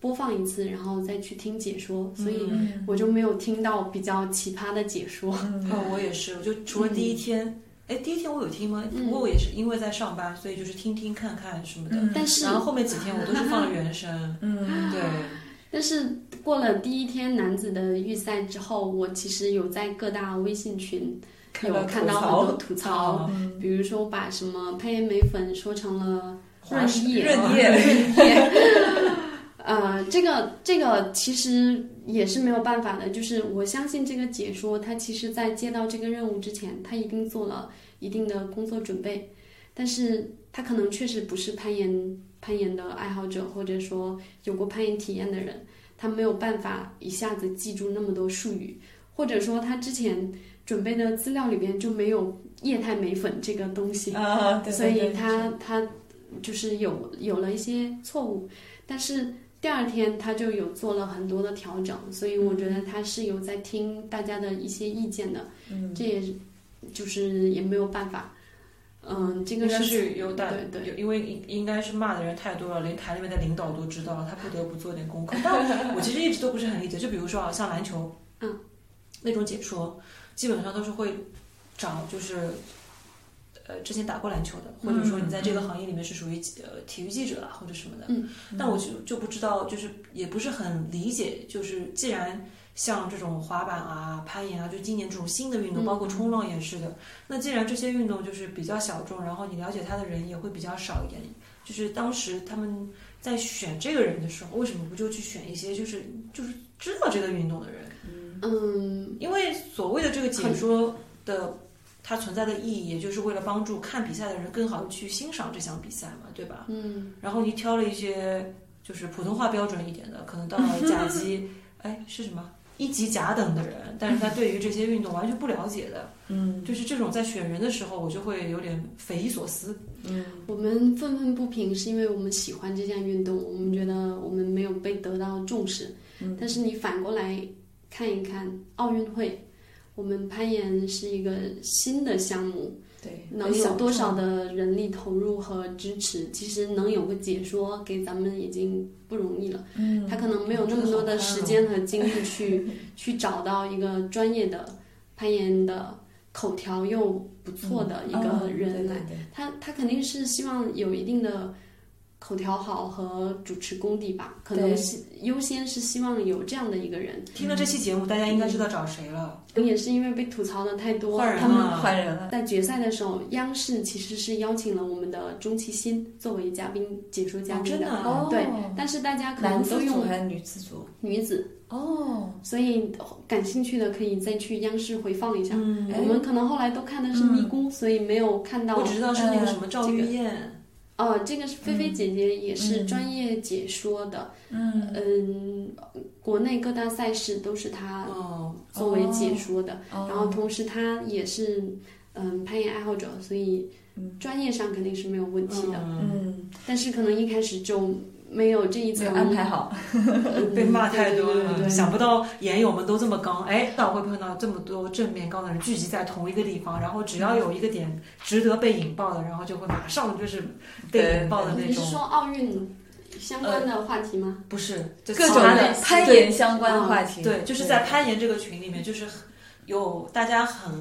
播放一次，然后再去听解说，所以嗯我就没有听到比较奇葩的解说。哦，我也是，我就除了第一天，哎，第一天我有听吗？嗯不过我也是因为在上班，所以就是听听看看什么的。嗯，但是然后后面几天我都是放了原声 嗯对，但是过了第一天男子的预赛之后，我其实有在各大微信群有看到很多吐 槽。啊嗯比如说把什么攀岩美粉说成了滑石润叶润叶，呃，这个这个其实也是没有办法的，就是我相信这个解说他其实在接到这个任务之前，他一定做了一定的工作准备，但是他可能确实不是攀岩攀岩的爱好者，或者说有过攀岩体验的人，他没有办法一下子记住那么多术语，或者说他之前准备的资料里边就没有液态美粉这个东西。啊，对对所以对他他就是有有了一些错误，但是第二天他就有做了很多的调整，所以我觉得他是有在听大家的一些意见的，嗯这也是就是也没有办法，嗯，这应个该是是有胆对对有因为应应该是骂的人太多了，连台里面的领导都知道了，他不得不做点功课。但我其实一直都不是很理解，就比如说啊，像篮球，嗯，那种解说，基本上都是会找就是。呃，之前打过篮球的，或者说你在这个行业里面是属于呃体育记者啊，或者什么的，嗯但我就就不知道，就是也不是很理解，就是既然像这种滑板啊、攀岩啊，就今年这种新的运动，嗯包括冲浪也是的，那既然这些运动就是比较小众，然后你了解他的人也会比较少一点，就是当时他们在选这个人的时候，为什么不就去选一些就是就是知道这个运动的人？嗯因为所谓的这个解说的它存在的意义，也就是为了帮助看比赛的人更好的去欣赏这项比赛嘛，对吧？嗯然后你挑了一些就是普通话标准一点的，可 能到了甲级，哎是什么一级甲等的人，但是他对于这些运动完全不了解的。嗯就是这种在选人的时候，我就会有点匪夷所思。嗯我们愤愤不平是因为我们喜欢这项运动，我们觉得我们没有被得到重视。嗯但是你反过来看一看奥运会，我们攀岩是一个新的项目，对，能有多少的人力投入和支持？其实能有个解说给咱们已经不容易了。嗯，他可能没有那么多的时间和精力去 去找到一个专业的攀岩的口条又不错的一个人来。嗯对对对他他肯定是希望有一定的口条好和主持功底吧，可能对是优先是希望有这样的一个人。听了这期节目，大家应该知道找谁了，也是因为被吐槽的太多，换人他们了，换人了，在决赛的时候，央视其实是邀请了我们的钟齐鑫作为嘉宾解说嘉哦宾真的，的啊对，但是大家可男能都子组用还是女子组？女子哦，所以感兴趣的可以再去央视回放一下。嗯，我们可能后来都看的是咪咕，所以没有看到我。只知道是那个什么呃赵玉燕，哦，这个是菲嗯菲姐姐，也是专业解说的。嗯，嗯，国内各大赛事都是她嗯，作为解说的，哦然后同时她也是嗯攀岩爱好者，所以专业上肯定是没有问题的。嗯，嗯，但是可能一开始就没有这一没层有安排好，嗯被骂太多对对对对了，想不到岩友们都这么刚，哎，那我会碰到这么多正面刚的人聚集在同一个地方，然后只要有一个点值得被引爆的，然后就会马上就是被引爆的那你是种，说奥运相关的话题吗？不是就各种其他的类似攀岩相关的话题，对，就是在攀岩这个群里面，就是很有大家很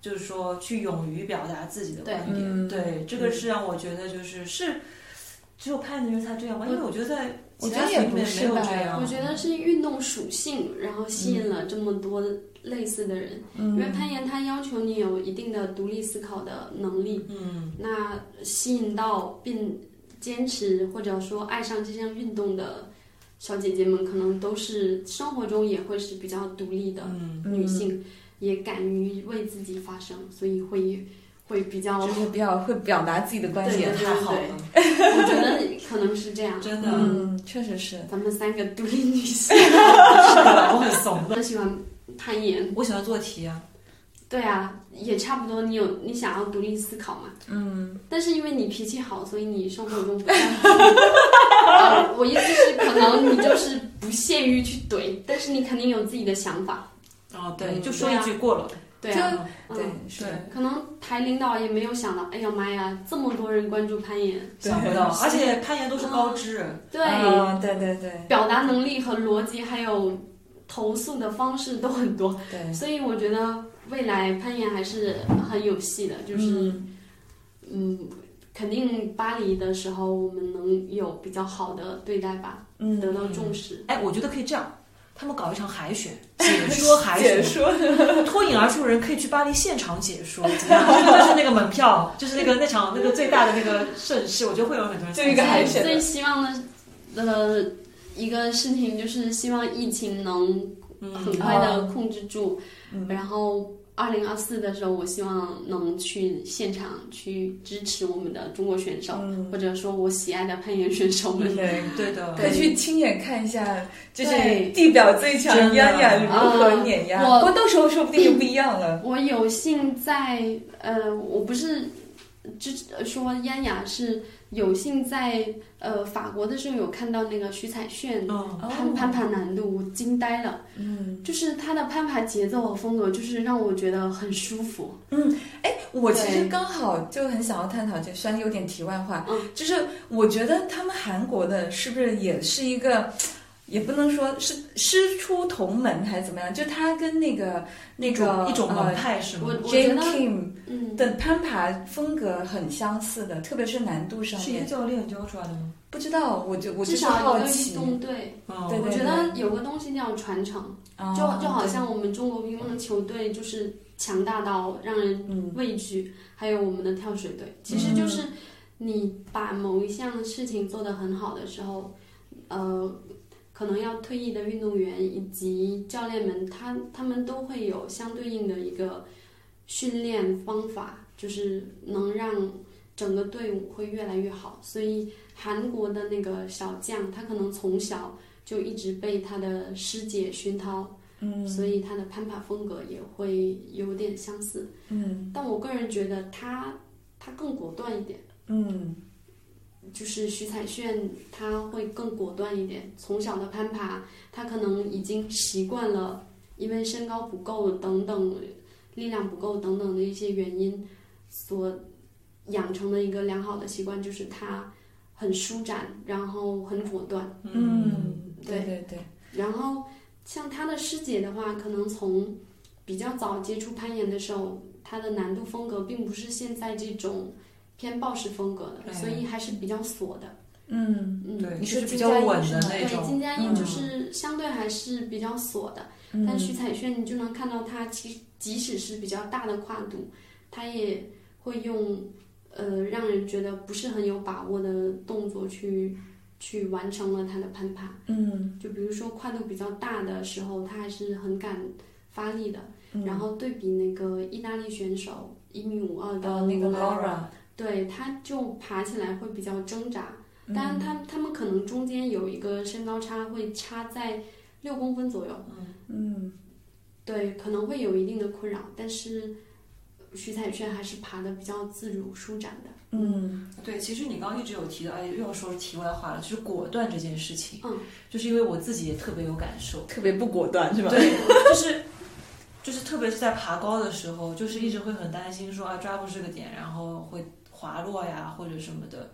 就是说去勇于表达自己的观对嗯点，对，这个是让我觉得就是是只有攀岩的人才这样吧，因为我觉得在我其觉他得群也里不面呃没是有吧这样，我觉得是运动属性，然后吸引了这么多类似的人。嗯因嗯为攀岩它要求你有一定的独立思考的能力，嗯，那吸引到并坚持或者说爱上这项运动的小姐姐们，可能都是生活中也会是比较独立的嗯女性，也敢于为自己发声，所以会会比 较，就是比较会表达自己的观这也点，太好了，我觉得可能是这样。真的，嗯，确实是，咱们三个独立女性， 是的，我很怂的，我喜欢攀岩。我喜欢做题啊，对啊，也差不多。你有你想要独立思考嘛？嗯。但是因为你脾气好，所以你生活中不太呃我意思是，可能你就是不屑于去怼，但是你肯定有自己的想法。哦，对，嗯就说一句过了，对啊，就嗯对是对。可能台领导也没有想到，哎呀妈呀，这么多人关注攀岩，想不到，对而且攀岩都是高知，对，啊对对对表达能力和逻辑还有投诉的方式都很多，对，所以我觉得未来攀岩还是很有戏的，嗯就是。嗯，肯定巴黎的时候，我们能有比较好的对待吧，嗯得到重视。哎，我觉得可以这样，他们搞一场海选，解说海选，说脱颖而出的人可以去巴黎现场解说，怎么样？就是那个门票，就是那个那场那个最大的那个盛世，我觉得会有很多人参加。就一个海选最希望的呃一个事情就是希望疫情能嗯很快的控制住，然后二零二四的时候，我希望能去现场去支持我们的中国选手，或者说我喜爱的攀岩选手们。嗯对，对的，嗯可以去亲眼看一下，就是对地表最强真的丫丫如何碾压。啊不我过到时候说不定就不一样了。我有幸在呃，我不是之说嫣雅是有幸在呃法国的时候有看到那个徐彩炫嗯，哦攀攀爬难度，我惊呆了。哦嗯，就是她的攀爬节奏和风格，就是让我觉得很舒服。哎，我其实对刚好就很想要探讨，就虽然有点题外话，嗯就是我觉得他们韩国的是不是也是一个，也不能说是师出同门还是怎么样，就他跟那个那一种个一种门呃派是吗我？我觉 Jane 得 Kim 嗯，的攀爬风格很相似的，特别是难度上是一个面。教练教出来的吗？不知道，我就我就至是少好一个奇运，动队，嗯，对我觉得有个东西叫传承，啊就就好像我们中国乒乓球队就是强大到让人对嗯畏惧，还有我们的跳水队，其实就是你把某一项事情做得很好的时候，呃，可能要退役的运动员以及教练们，他他们都会有相对应的一个训练方法，就是能让整个队伍会越来越好。所以韩国的那个小将，他可能从小就一直被他的师姐熏陶，嗯所以他的攀爬风格也会有点相似。嗯但我个人觉得他他更果断一点，嗯就是徐彩炫他会更果断一点。从小的攀爬，他可能已经习惯了因为身高不够等等，力量不够等等的一些原因所养成的一个良好的习惯，就是他很舒展，然后很果断。嗯，对对对，然后像他的师姐的话，可能从比较早接触攀岩的时候，他的难度风格并不是现在这种偏暴食风格的，嗯所以还是比较锁的。嗯嗯，对，你就是比金较家一稳是的吗那对，种。金佳音嗯就是相对还是比较锁的，嗯，但徐彩炫你就能看到她，其实即使是比较大的跨度，她也会用呃让人觉得不是很有把握的动作去去完成了她的攀爬。嗯就比如说跨度比较大的时候，她还是很敢发力的。嗯然后对比那个意大利选手一米五二的呃那个 Laura， Laura，对，她就爬起来会比较挣扎。嗯当然他，他们可能中间有一个身高差，会差在六公分左右，嗯对，可能会有一定的困扰。但是呃徐彩炫还是爬的比较自如、舒展的。嗯对，其实你刚刚一直有提到，哎，又要说题外话了，就是果断这件事情，嗯，就是因为我自己也特别有感受，特别不果断是吧？ 对，就是就是特别是在爬高的时候，就是一直会很担心说啊抓不住这个点，然后会滑落呀或者什么的，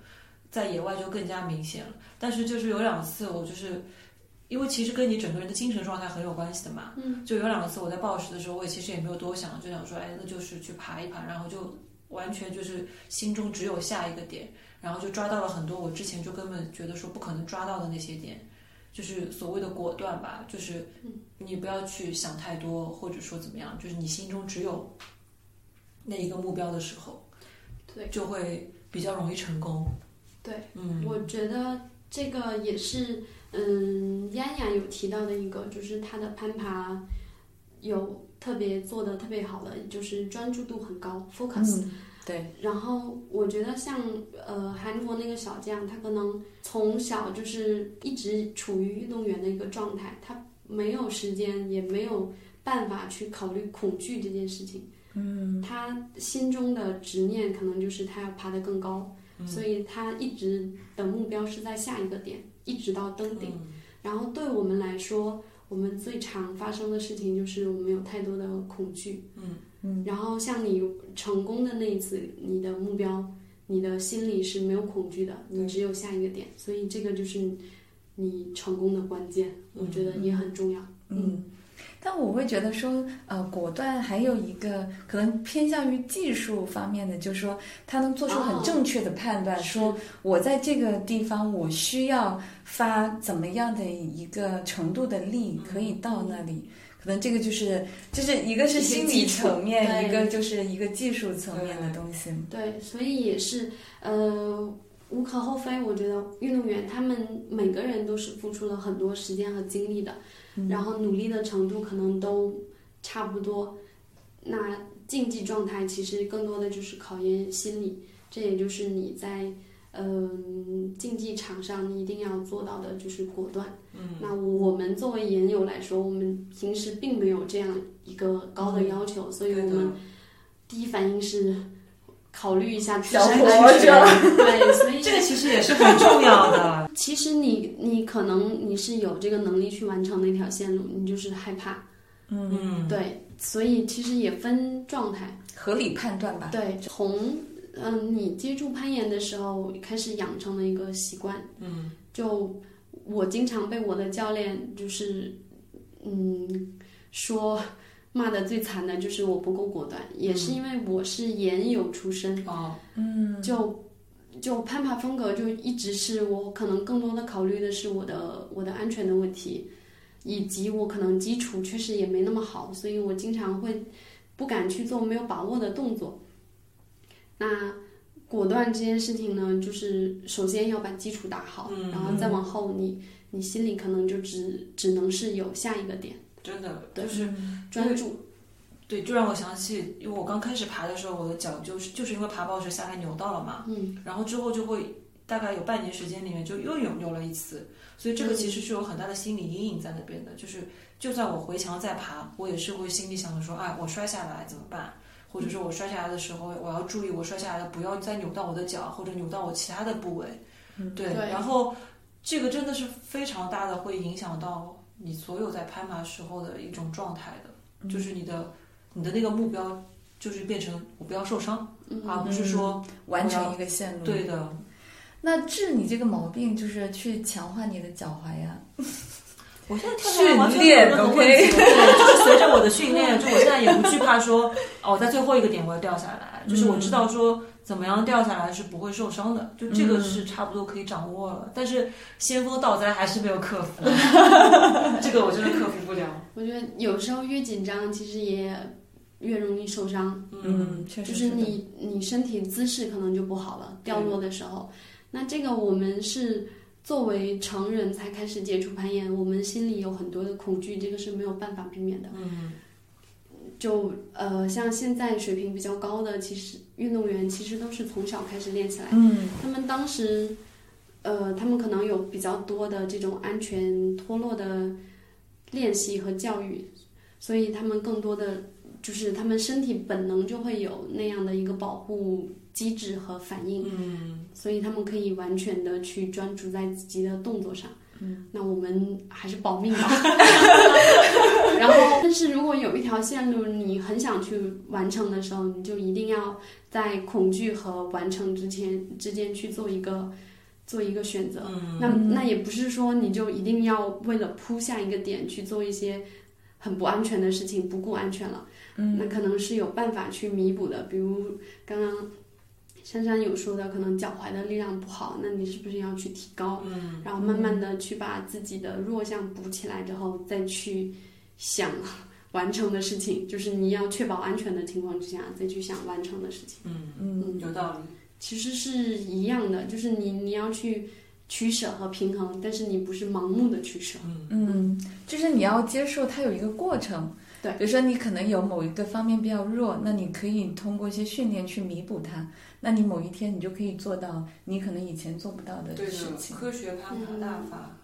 在野外就更加明显了。但是就是有两次我就是。因为其实跟你整个人的精神状态很有关系的嘛，嗯，就有两次我在暴食的时候，我也其实也没有多想，就想说，哎，那就是去爬一爬，然后就完全就是心中只有下一个点，然后就抓到了很多我之前就根本觉得说不可能抓到的那些点，就是所谓的果断吧，就是你不要去想太多，或者说怎么样，就是你心中只有那一个目标的时候，对，就会比较容易成功。对，嗯，我觉得这个也是，嗯，丫丫有提到的一个，就是她的攀爬有特别做的特别好的，就是专注度很高，focus。嗯对，然后我觉得像呃韩国那个小将，他可能从小就是一直处于运动员的一个状态，他没有时间，也没有办法去考虑恐惧这件事情。嗯，他心中的执念可能就是他要爬得更高，所以他一直的目标是在下一个点，一直到登顶。然后对我们来说，我们最常发生的事情就是我们有太多的恐惧。嗯嗯。然后像你成功的那一次，你的目标，你的心里是没有恐惧的，对你只有下一个点，所以这个就是你你成功的关键，我觉得也很重要。嗯，但我会觉得说，呃，果断还有一个可能偏向于技术方面的，就是说他能做出很哦正确的判断，说我在这个地方我需要发怎么样的一个程度的力可以到那里。可能这个就是，就是一个是一些心技理术层面，对一个就是一个技术层面的对东西。对，所以也是呃无可厚非。我觉得运动员他们每个人都是付出了很多时间和精力的，嗯然后努力的程度可能都差不多。那竞技状态其实更多的就是考验心理，这也就是你在。嗯，竞技场上你一定要做到的就是果断。嗯，那我们作为研友来说，我们平时并没有这样一个高的要求，所以嗯对我的们第一反应是考虑一下自小身伙安是吧全。 对，所以这个其实也是很重要 的。其实你你可能你是有这个能力去完成那条线路，你就是害怕。嗯，对，所以其实也分状态。合理判断啊吧。对，从嗯、呃你接触攀岩的时候开始养成的一个习惯。嗯，就我经常被我的教练就是嗯说骂的最惨的就是我不够果断，也嗯是因为我是岩友出身，哦，嗯就就攀爬风格就一直是我可能更多的考虑的是我的我的安全的问题，以及我可能基础确实也没那么好，所以我经常会不敢去做没有把握的动作。那果断这件事情呢，就是首先要把基础打好，嗯然后再往后你你心里可能就只只能是有下一个点真的对就是嗯专注，对，就让我想起，因为我刚开始爬的时候，我的脚就是就是因为爬暴石下来扭到了嘛，嗯，然后之后就会大概有半年时间里面就又有扭了一次，所以这个其实是有很大的心理阴影在那边的。就是就算我回墙再爬，我也是会心里想着说，哎，我摔下来怎么办？或者说我摔下来的时候，我要注意我摔下来不要再扭到我的脚或者扭到我其他的部位。对，对然后这个真的是非常大的会影响到你所有在攀爬时候的一种状态的，就是你的你的那个目标就是变成我不要受伤，嗯而不是说完成一个线路。对的，那治你这个毛病就是去强化你的脚踝呀。我现在跳下来完全没有任何问题，对就是随着我的训练，就我现在也不惧怕说，哦，在最后一个点我要掉下来，就是我知道说怎么样掉下来是不会受伤的，就这个是差不多可以掌握了。但是仙风道灾还是没有克 服，这个我真的克服不了。我觉得有时候越紧张，其实也越容易受伤，嗯，确就实是的你你身体姿势可能就不好了，掉落的时候。那这个我们是作为成人才开始接触攀岩，我们心里有很多的恐惧，这个是没有办法避免的。嗯，就呃，像现在水平比较高的，其实运动员其实都是从小开始练起来的。嗯他们当时，呃，他们可能有比较多的这种安全脱落的练习和教育，所以他们更多的就是他们身体本能就会有那样的一个保护机制和反应，嗯，所以他们可以完全的去专注在自己的动作上。嗯，那我们还是保命吧。 然后，但是如果有一条线路你很想去完成的时候，你就一定要在恐惧和完成之前之间去做一个做一个选择。那那也不是说你就一定要为了扑下一个点去做一些很不安全的事情，不顾安全了。嗯，那可能是有办法去弥补的，比如刚刚。珊珊有说的，可能脚踝的力量不好，那你是不是要去提高？嗯，然后慢慢的去把自己的弱项补起来之后，再去想完成的事情，就是你要确保安全的情况之下，再去想完成的事情。嗯，有道理。其实是一样的，就是你你要去取舍和平衡，但是你不是盲目的取舍。嗯，就是你要接受它有一个过程。对比如说你可能有某一个方面比较弱，那你可以通过一些训练去弥补它。那你某一天你就可以做到你可能以前做不到的对事的，情。嗯科学攀爬大法。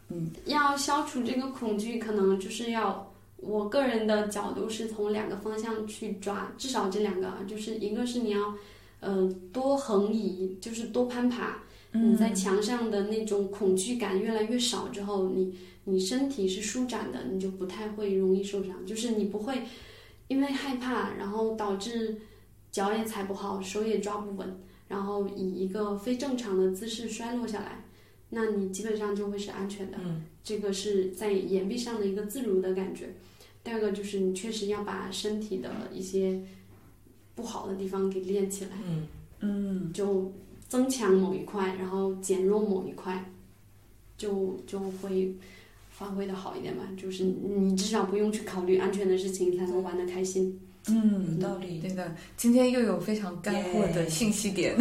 要消除这个恐惧，可能就是要我个人的角度是从两个方向去抓，至少这两个啊，就是一个是你要，呃，多横移，就是多攀爬。嗯你嗯在墙上的那种恐惧感越来越少之后，你你身体是舒展的，你就不太会容易受伤，就是你不会因为害怕，然后导致脚也踩不好，手也抓不稳，然后以一个非正常的姿势摔落下来，那你基本上就会是安全的。嗯这个是在岩壁上的一个自如的感觉。第二个就是你确实要把身体的一些不好的地方给练起来，嗯，嗯，就增强某一块，然后减弱某一块，就就会发挥的好一点吧。就是你至少不用去考虑安全的事情，才能玩的开心。嗯，有道理。对的。今天又有非常干货的信息点。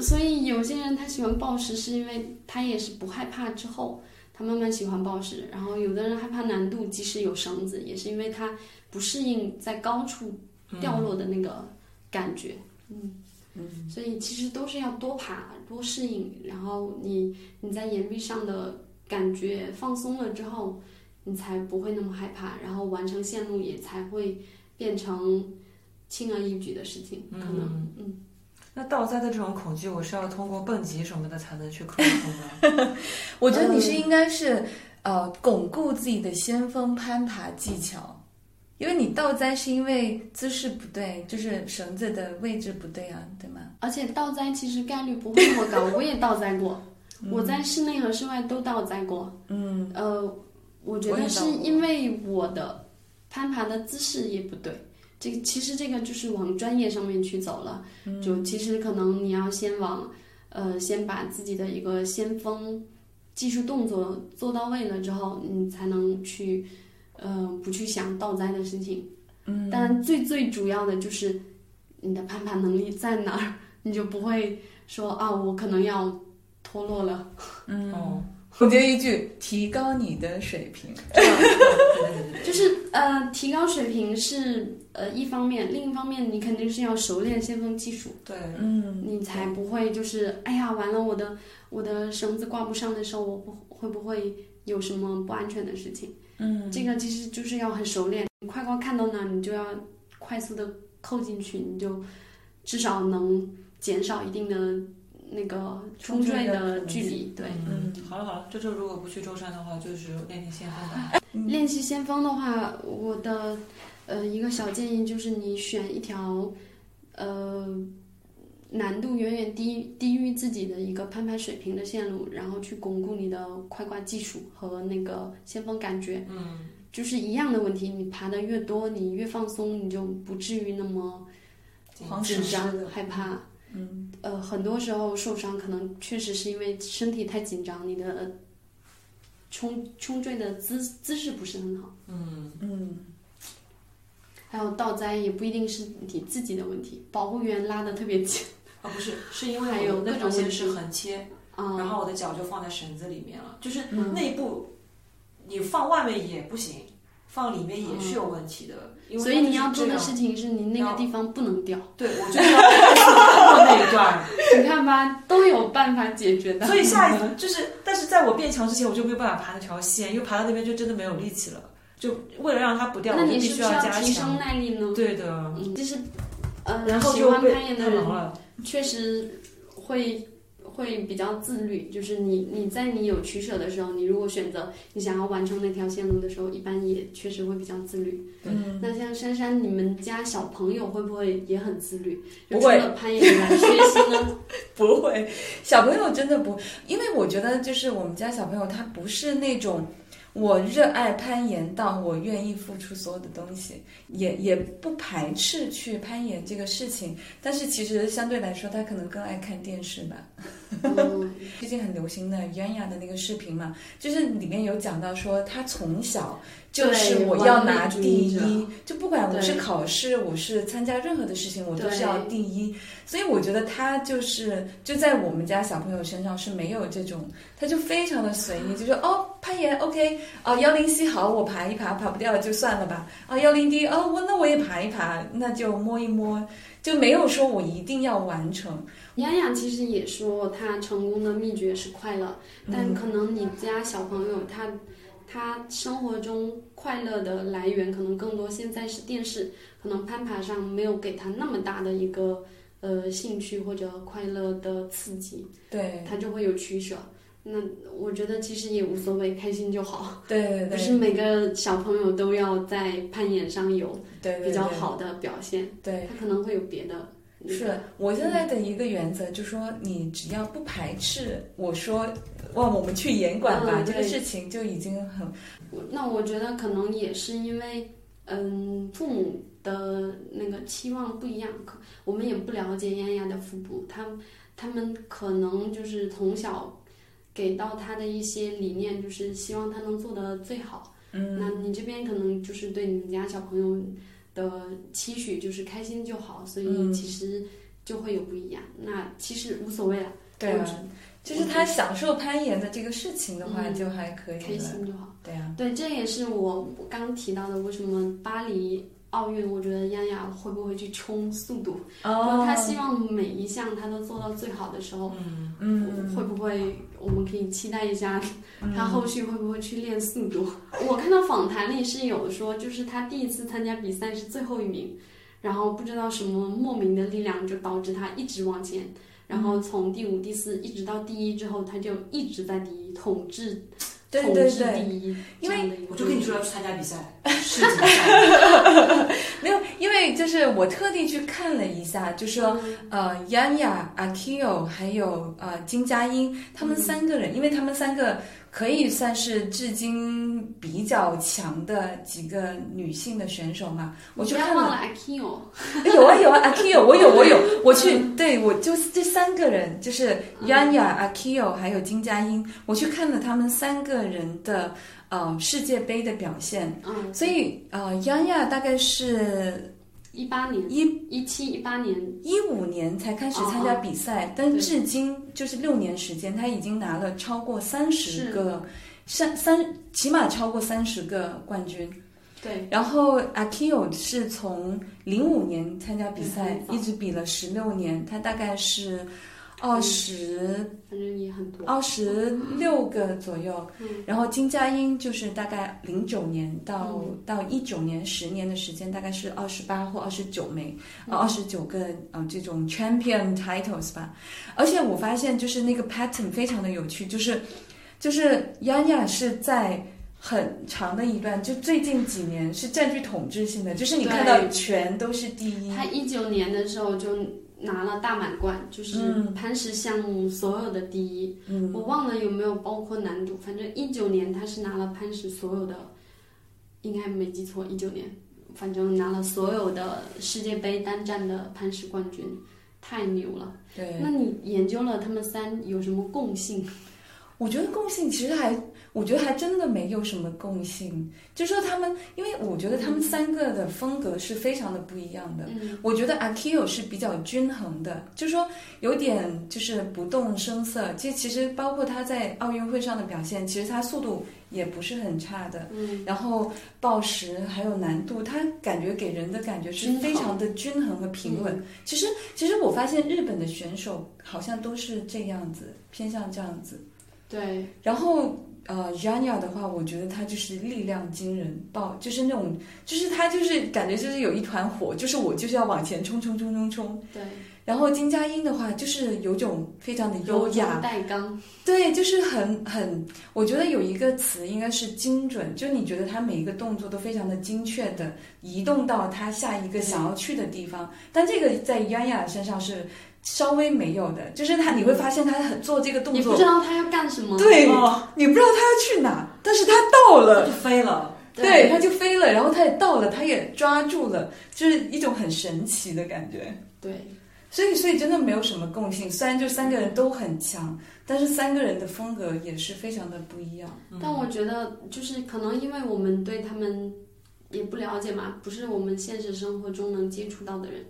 所以有些人他喜欢暴食，是因为他也是不害怕之后，他慢慢喜欢暴食。然后有的人害怕难度，即使有绳子，也是因为他不适应在高处掉落的那个感觉。嗯嗯，所以其实都是要多爬、多适应，然后你你在岩壁上的感觉放松了之后，你才不会那么害怕，然后完成线路也才会变成轻而易举的事情，可能嗯嗯那道灾的这种恐惧，我是要通过蹦极什么的才能去克服 的。我觉得你是应该是、呃巩固自己的先锋攀爬技巧，因为你倒栽是因为姿势不对，就是绳子的位置不对啊，对吗？而且倒栽其实概率不会那么高，我也倒栽过，嗯我在室内和室外都倒栽过。嗯，呃，我觉我也得倒是过因为我的攀爬的姿势也不对。这个其实这个就是往专业上面去走了，嗯就其实可能你要先往，呃，先把自己的一个先锋技术动作做到位了之后，你才能去，呃，不去想倒栽的事情。嗯，但最最主要的就是你的攀爬能力在哪儿，你就不会说啊，我可能要脱落了。嗯哦，我觉得一句提高你的水平，这样对对对对就是呃，提高水平是呃一方面，另一方面你肯定是要熟练先锋技术，对。嗯你才不会就是哎呀，完了我的我的绳子挂不上的时候，我不会不会有什么不安全的事情？嗯这个其实就是要很熟练，你快快看到那儿，你就要快速的扣进去，你就至少能减少一定的那个冲坠的距离。对，嗯，好了好了，这周如果不去舟山的话，就是练习先锋 吧。练习先锋的话，我的呃一个小建议就是你选一条呃难度远远低低于自己的一个攀爬水平的线路，然后去巩固你的快挂技术和那个先锋感觉。嗯，就是一样的问题，你爬的越多，你越放松，你就不至于那么黄紧纸张害怕。嗯，呃，很多时候受伤可能确实是因为身体太紧张，你的冲冲坠的姿姿势不是很好，嗯，嗯，还有倒栽也不一定是你自己的问题，保护员拉的特别紧啊不是，是因还为有我各的那种条问线是题横切，啊、然后我的脚就放在绳子里面了，就是嗯内部你放外面也不行，放里面也是有问题的，因为嗯所以你要它做就是这的样事情是你那个地方不能掉。对我就是要做那 一段。你看吧，都有办法解决的。所以下一次就是，但是在我变强之前，我就没有办法爬那条线，因为爬到那边就真的没有力气了。就为了让它不掉，那我就你必是不须是要加提升强。耐力呢？对的，嗯，就是，呃，然后喜就欢被攀岩的太人忙了。确实会会比较自律，就是你你在你有取舍的时候，你如果选择你想要完成那条线路的时候，一般也确实会比较自律。嗯，那像珊珊，你们家小朋友会不会也很自律？就不除会了攀岩以外，学习 呢？不会，小朋友真的不，因为我觉得就是我们家小朋友他不是那种我热爱攀岩到我愿意付出所有的东西，也也不排斥去攀岩这个事情，但是其实相对来说他可能更爱看电视吧。嗯，最近很流行的袁娅的那个视频嘛，就是里面有讲到说，她从小就是对我要拿完美主第义者一，就不管我对是考试，我是参加任何的事情，我都是要第一。所以我觉得她就是就在我们家小朋友身上是没有这种，她就非常的随 意，就说哦攀岩 OK，哦幺零七好，我爬一爬，爬不掉就算了吧。哦幺零 D 哦我那我也爬一爬，那就摸一摸，就没有说我一定要完成。雅雅其实也说，她成功的秘诀是快乐，嗯但可能你家小朋友他他生活中快乐的来源可能更多，现在是电视，可能攀爬上没有给他那么大的一个呃兴趣或者快乐的刺激，对他就会有取舍。那我觉得其实也无所谓，开心就好。对对对，不是每个小朋友都要在攀岩上有对对对比较好的表现，对。他可能会有别的。是我现在的一个原则，就说你只要不排斥，我说哇，我们去严管吧，嗯这个对事情就已经很我那我觉得可能也是因为，嗯，父母的那个期望不一样，可我们也不了解丫丫的父母，他们他们可能就是从小给到他的一些理念，就是希望他能做的最好。嗯那你这边可能就是对你们家小朋友的期许就是开心就好，所以嗯其实就会有不一样。那其实无所谓了，对我啊只，就是他享受攀岩的这个事情的话，嗯就还可开以了，心就好。对啊，对，这也是我我刚提到的，为什么巴黎奥运，我觉得丫丫会不会去冲速度？哦然后她希望每一项她都做到最好的时候，嗯，嗯嗯，会不会我们可以期待一下她后续会不会去练速度？我看到访谈里是有说，就是她第一次参加比赛是最后一名，然后不知道什么莫名的力量就导致她一直往前。然后从第五、第四一直到第一之后，她就一直在第一，统治对对统治对，第一。因为这样的一个我就跟你说地要去参加比赛，世锦赛。没有，因为就是我特地去看了一下，就位说呃，Yanya、Akio 还有呃金佳音，他们三个人，因为他们三个可以算是至今比较强的几个女性的选手嘛，我去不要看忘了。了 Akio，有啊有啊，Akio 我有我有，我去，对我就是这三个人，就是 Yanya、Akio 还有金佳音，我去看了他们三个人的呃世界杯的表现，嗯，所以呃 Yanya 大概是一八年、一一七、一八年，一五年才开始参哦加比赛，但至今就是六年时间，他已经拿了超过三是十个，三三起码超过三十个冠军。对，然后 Akio 是从零五年参加比赛，嗯一直比了十六年，他大概是二十反正也嗯很多。二十六个左右，然后金佳音就是大概零九年到、到一九年十年的时间，大概是二十八或二十九枚，二十九个呃这种 champion titles 吧。而且我发现就是那个 pattern 非常的有趣，就是就是丫丫是在。很长的一段，就最近几年是占据统治性的，就是你看到对全都是第一，他一九年的时候就拿了大满贯，就是嗯攀石项目所有的第一。我忘了有没有包括男足，反正一九年他是拿了攀石所有的，应该没记错，一九年，反正拿了所有的世界杯单站的攀石冠军，太牛了。对，那你研究了他们三有什么共性？我觉得共性其实还，我觉得还真的没有什么共性。就说他们，因为我觉得他们三个的风格是非常的不一样的。嗯我觉得 Akio 是比较均衡的，就说有点就是不动声色。其实其实包括他在奥运会上的表现，其实他速度也不是很差的。嗯，然后报时还有难度，它感觉给人的感觉是均衡嗯非常的均衡和平稳。其实，其实我发现日本的选手好像都是这样子，偏向这样子。对，然后呃 j a n a 的话，我觉得他就是力量惊人，爆就是那种，就是他就是感觉就是有一团火，就是我就是要往前冲冲冲冲冲。对，然后金佳音的话，就是有种非常的优雅，带刚，对，就是很很，我觉得有一个词应该是精准，就你觉得他每一个动作都非常的精确的移动到他下一个想要去的地方，但这个在 Yanya 身上是稍微没有的，就是他你会发现他很做这个动你作不知，道他要干什么。对，哦，你不知道他要去哪，但是他到了，就飞了。对，他就飞了，然后他也到了，他也抓住了，就是一种很神奇的感觉。对，所以，所以真的没有什么共性。虽然就三个人都很强，但是三个人的风格也是非常的不一样。但我觉得就是可能因为我们对他们也不了解嘛，不是我们现实生活中能接触到的人。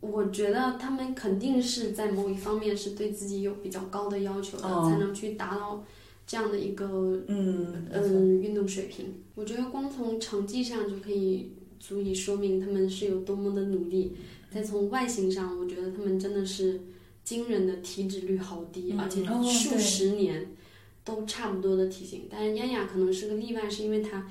我觉得他们肯定是在某一方面是对自己有比较高的要求的，哦才能去达到这样的一个嗯嗯运动水平。我觉得光从成绩上就可以足以说明他们是有多么的努力。再从外形上，我觉得他们真的是惊人的体脂率好低，嗯而且哦数对十年都差不多的体型。但是丫丫可能是个例外，是因为她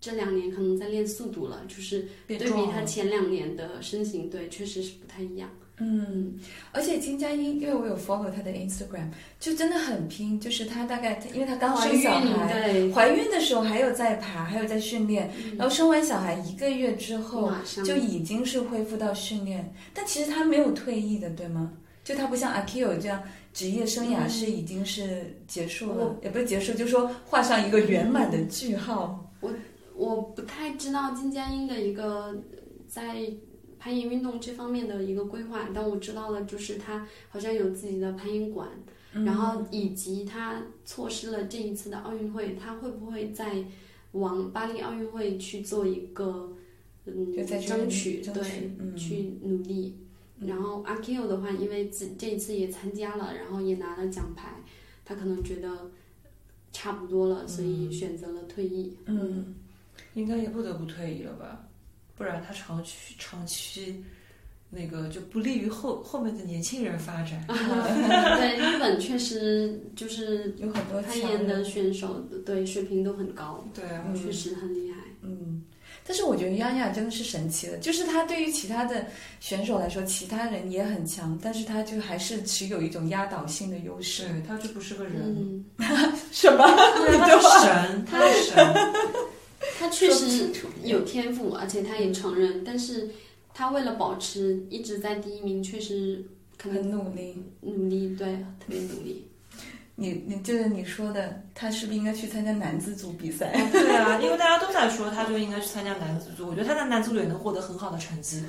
这两年可能在练速度了，就是对变比壮她了，前两年的身形，对，确实是不太一样。嗯，而且金佳音，因为我有 follow 她的 Instagram，就真的很拼，就是她大概，因为她刚怀生孕小孩，对，怀孕嗯的时候还有在爬，还有在训练，然后生完小孩一个月之后，马上就已经是恢复到训练，但其实他没有退役的，对吗？就他不像 Akio 这样职业生涯是已经是结束嗯了，也不是结束，就说画上一个圆满的句号。我不太知道金佳音的一个在攀岩运动这方面的一个规划，但我知道了，就是她好像有自己的攀岩馆，嗯然后以及她错失了这一次的奥运会，她会不会在往巴黎奥运会去做一个嗯就再去争取争对取嗯去努力。然后阿 Q 的话，因为这这一次也参加了，然后也拿了奖牌，他可能觉得差不多了，所以选择了退役。嗯，应该也不得不退役了吧？不然他长期长期那个就不利于后后面的年轻人发展。 对，日本确实就是有很多攀强岩的人。选手，对水平都很高，对啊，嗯确实很厉害。嗯，但是我觉得丫丫真的是神奇的，就是她对于其他的选手来说，其他人也很强，但是她就还是持有一种压倒性的优势。对他就不是个人，嗯， 什么？对他是神，他是神。哦他确说不实清楚有天赋，而且他也承认，但是他为了保持一直在第一名，确实肯很定努力。努力，对，特别努力。你你就是你说的，她是不是应该去参加男子组比赛？对啊，因为大家都在说他就应该去参加男子组，我觉得他在男子组也能获得很好的成绩。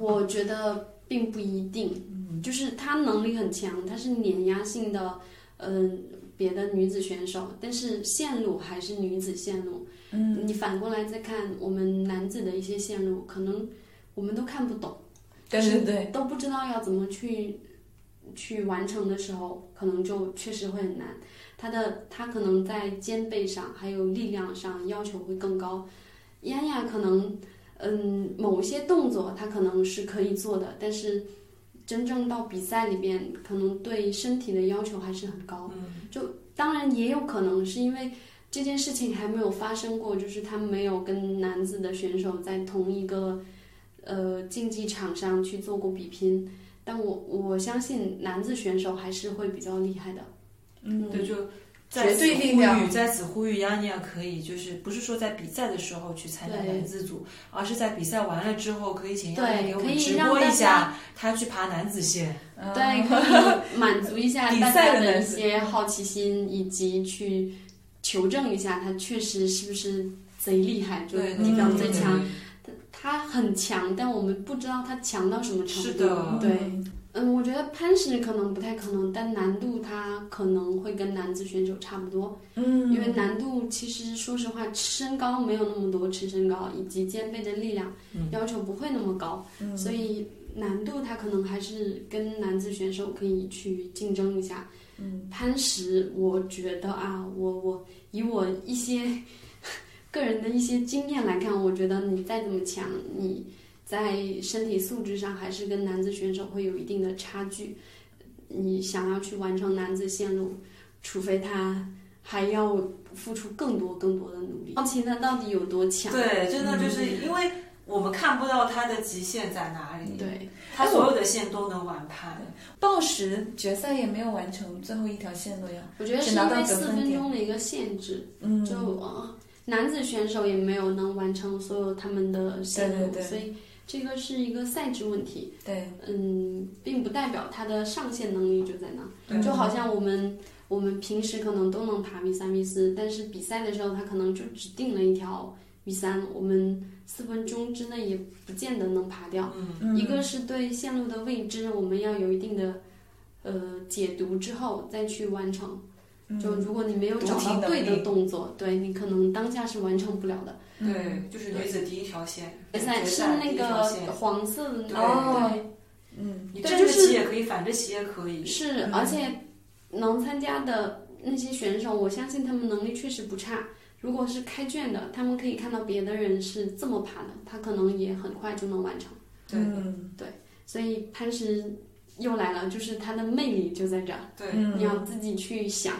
我觉得并不一定，就是她能力很强，她是碾压性的，嗯、别的女子选手，但是线路还是女子线路。 嗯，你反过来再看我们男子的一些线路，可能我们都看不懂，对对对，都不知道要怎么去去完成的时候，可能就确实会很难。他的他可能在肩背上还有力量上要求会更高。丫丫可能，嗯，某一些动作他可能是可以做的，但是真正到比赛里边，可能对身体的要求还是很高。嗯就当然也有可能是因为这件事情还没有发生过，就是他没有跟男子的选手在同一个呃竞技场上去做过比拼。但我我相信男子选手还是会比较厉害的。嗯对，就在此对力呼吁，量在此呼吁亚尼亚可以，就是不是说在比赛的时候去参加对男子组，而是在比赛完了之后，可以请亚尼对亚给我可们以直让播大一家下他去爬男子线。啊嗯 对，可以满足一下比大赛的家的男一子些好奇心，以及去求证一下他确实是不是贼厉害，就是对，地嗯方对最对强。对他很强，但我们不知道他强到什么程度。是的对，嗯，我觉得攀石可能不太可能，但难度它可能会跟男子选手差不多，嗯，因为难度其实说实话，身高没有那么多，吃身高以及肩背的力量嗯要求不会那么高，嗯所以难度它可能还是跟男子选手可以去竞争一下。嗯攀石，我觉得啊，我我以我一些个人的一些经验来看，我觉得你再怎么强，你在身体素质上还是跟男子选手会有一定的差距。你想要去完成男子线路，除非他还要付出更多更多的努哦力。好奇他到底有多强？对，真嗯的就是因为我们看不到他的极限在哪里，对他所有的线都能完攀。暴食决赛也没有完成最后一条线路呀，我觉得只是拿因到为得四分分点钟的一个限制。嗯，就呃男子选手也没有能完成所有他们的线路，对对对所以这个是一个赛制问题。对，嗯，并不代表他的上限能力就在那，对就好像我们我们平时可能都能爬 V 三 V 四，但是比赛的时候他可能就只定了一条 V 三，我们四分钟之内也不见得能爬掉。嗯，嗯一个是对线路的未知，我们要有一定的呃解读之后再去完成。嗯就如果你没有找到对的动作，对你可能当下是完成不了的。嗯嗯对，就是女子第一条线，嗯决赛是第那一条个线黄色的那哦个，对，嗯你对站就着是骑也可以，反着骑也可以。是，而且能参加的那些选手，我相信他们能力确实不差。如果是开卷的，他们可以看到别的人是这么爬的，他可能也很快就能完成。对嗯所以攀石又来了，就是它的魅力就在这儿，对，嗯你要自己去想。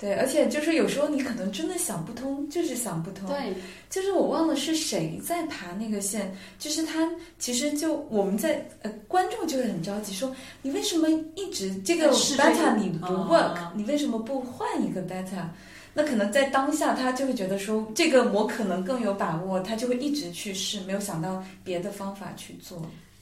对，而且就是有时候你可能真的想不通，就是想不通。对，就是我忘了是谁在爬那个线，就是他其实就我们在呃观众就会很着急说，你为什么一直这个但是这个 beta 你不啊 work，、你为什么不换一个 beta？那可能在当下他就会觉得说这个我可能更有把握，他就会一直去试，没有想到别的方法去做。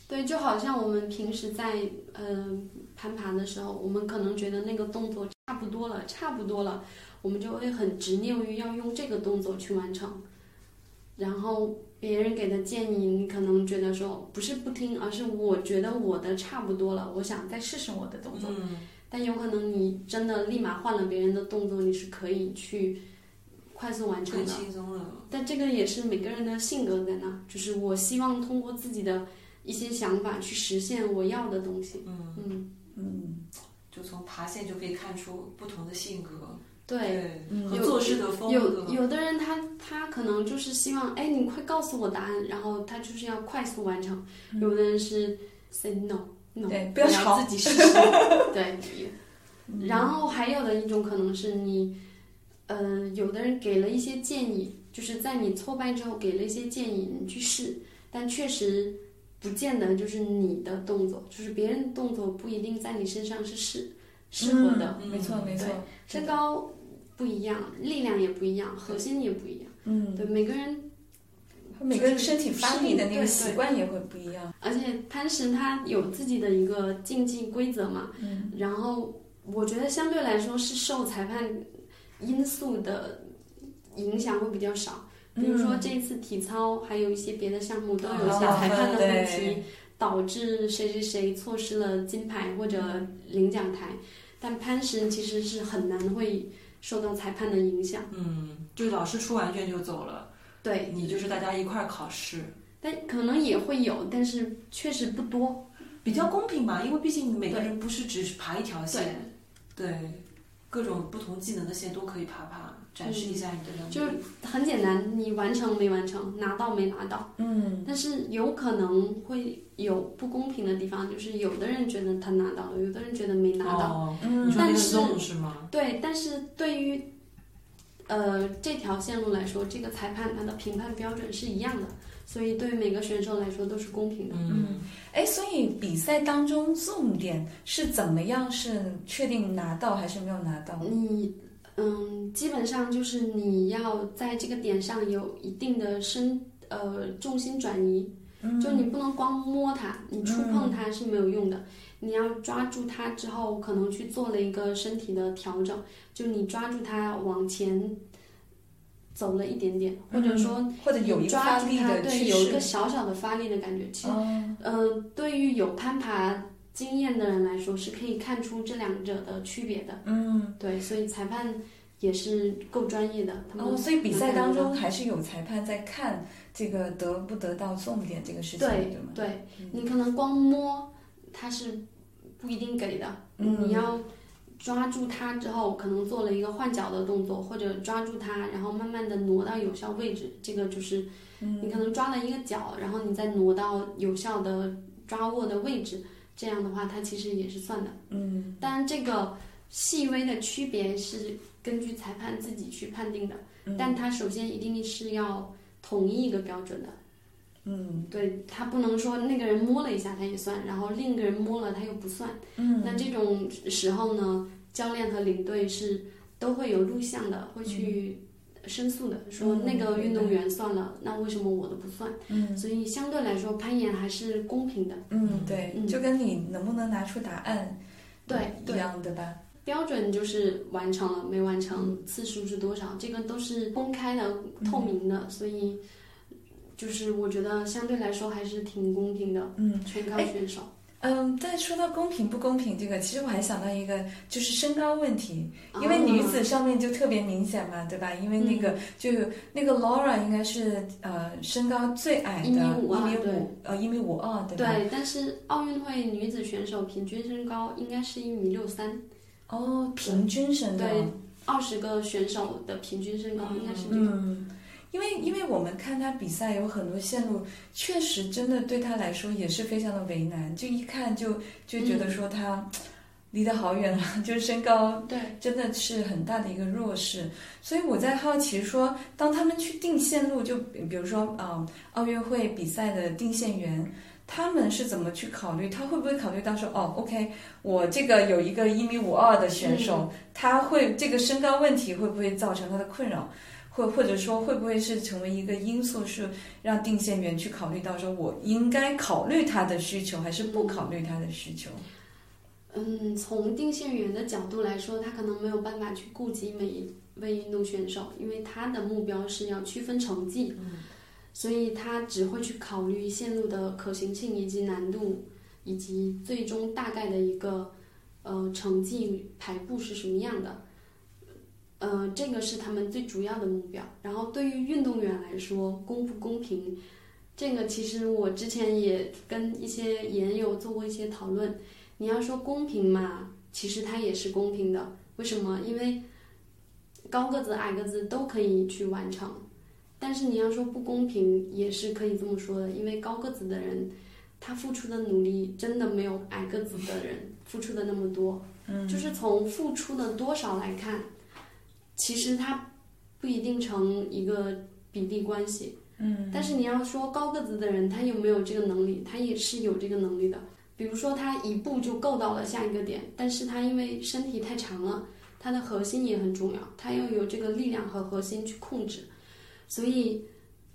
对，就好像我们平时在呃攀爬的时候，我们可能觉得那个动作差不多了，差不多了，我们就会很执拗于要用这个动作去完成。然后别人给的建议，你可能觉得说不是不听，而是我觉得我的差不多了，我想再试试我的动作。嗯，但有可能你真的立马换了别人的动作，你是可以去快速完成更的。轻松了。但这个也是每个人的性格在那，就是我希望通过自己的一些想法去实现我要的东西。嗯，嗯，嗯就从爬线就可以看出不同的性格，对。嗯和有做事的风有格。有的人他他可能就是希望，哎，你快告诉我答案，然后他就是要快速完成。嗯有的人是 say no no，对不不要吵要自己试试。对，嗯然后还有的一种可能是你，呃，有的人给了一些建议，就是在你挫败之后给了一些建议，你去试，但确实不见得就是你的动作，就是别人的动作不一定在你身上是适适合嗯的。嗯嗯没错没错对，身高不一样，力量也不一样，核心也不一样。嗯，对，每个人，每个人身体发力的那个对对习惯也会不一样。而且潘石他有自己的一个竞技规则嘛，嗯然后我觉得相对来说是受裁判因素的影响会比较少。比如说嗯这次体操还有一些别的项目都有哦一些裁判的问对题，导致谁谁谁错失了金牌或者领奖台，但潘石其实是很难会受到裁判的影响。嗯，就老师出完卷就走了，对，你就是大家一块儿考试，但可能也会有，但是确实不多。比较公平吧，因为毕竟每个人不是只是爬一条线，对，各种不同技能的线都可以爬爬，展示一下你的能力。就是很简单，你完成没完成，拿到没拿到，嗯，但是有可能会有不公平的地方，就是有的人觉得他拿到了，有的人觉得没拿到。哦，嗯你说那但个是 zone 是吗？对，但是对于呃这条线路来说，这个裁判他的评判标准是一样的，所以对每个选手来说都是公平的。嗯，哎，所以比赛当中重点是怎么样？是确定拿到还是没有拿到？你嗯，基本上就是你要在这个点上有一定的身呃重心转移，就嗯你不能光摸它，你触碰它是没有用的。你要抓住它之后，可能去做了一个身体的调整，就你抓住它往前走了一点点，或者说或者嗯有一个抓发住力它，的对，趋有一个势？小小的发力的感觉。其实，哦，嗯、对于有攀爬经验的人来说，是可以看出这两者的区别的。嗯，对，所以裁判也是够专业的，他们、哦，所以比赛当中还是有裁判在看这个得不得到重点这个事情，对对吗？嗯对，你可能光摸它是不一定给的，嗯你要抓住它之后，可能做了一个换脚的动作，或者抓住它，然后慢慢的挪到有效位置，这个就是嗯你可能抓了一个脚，然后你再挪到有效的抓握的位置，这样的话它其实也是算的。嗯，当然这个细微的区别是根据裁判自己去判定的，嗯但它首先一定是要统一一个标准的。嗯对他不能说那个人摸了一下他也算，然后另一个人摸了他又不算。嗯，那这种时候呢，教练和领队是都会有录像的，会去申诉的，说嗯那个运动员算了，那为什么我的不算？嗯所以相对来说，攀岩还是公平的。嗯，对，嗯就跟你能不能拿出答案对一对，样，对吧？标准就是完成了没完成，次数是多少，这个都是公开的、嗯透明的，所以就是我觉得相对来说还是挺公平的，嗯全靠哎选手。嗯，但说到公平不公平这个，其实我还想到一个，就是身高问题，因为女啊子上面就特别明显嘛，对吧？因为那个、就那个 Laura 应该是呃身高最矮的，一1.52米对五呃一米五二，对吧？对，但是奥运会女子选手平均身高应该是一米六三，哦，平均身高。对二十个选手的平均身高应该是这个。嗯，因为因为我们看他比赛有很多线路，确实真的对他来说也是非常的为难，就一看就就觉得说他嘖离得好远啊， 就是身高对，真的是很大的一个弱势。所以我在好奇说，当他们去定线路，就比比如说嗯奥运会比赛的定线员。他们是怎么去考虑？他会不会考虑到说，哦，OK，我这个有一个一米五二的选手，他会这个身高问题会不会造成他的困扰？或或者说会不会是成为一个因素，是让定线员去考虑到说我应该考虑他的需求，还是不考虑他的需求？嗯，从定线员的角度来说，他可能没有办法去顾及每一位运动选手，因为他的目标是要区分成绩，所以他只会去考虑线路的可行性以及难度，以及最终大概的一个呃成绩排布是什么样的。呃，这个是他们最主要的目标。然后对于运动员来说，公不公平，这个其实我之前也跟一些研友做过一些讨论。你要说公平嘛，其实它也是公平的。为什么？因为高个子、矮个子都可以去完成。但是你要说不公平，也是可以这么说的，因为高个子的人，他付出的努力真的没有矮个子的人 付出的那么多。嗯，就是从付出的多少来看，其实它不一定成一个比例关系。嗯，但是你要说高个子的人，他有没有这个能力？他也是有这个能力的。比如说他一步就够到了下一个点，但是他因为身体太长了，他的核心也很重要，他要有这个力量和核心去控制，所以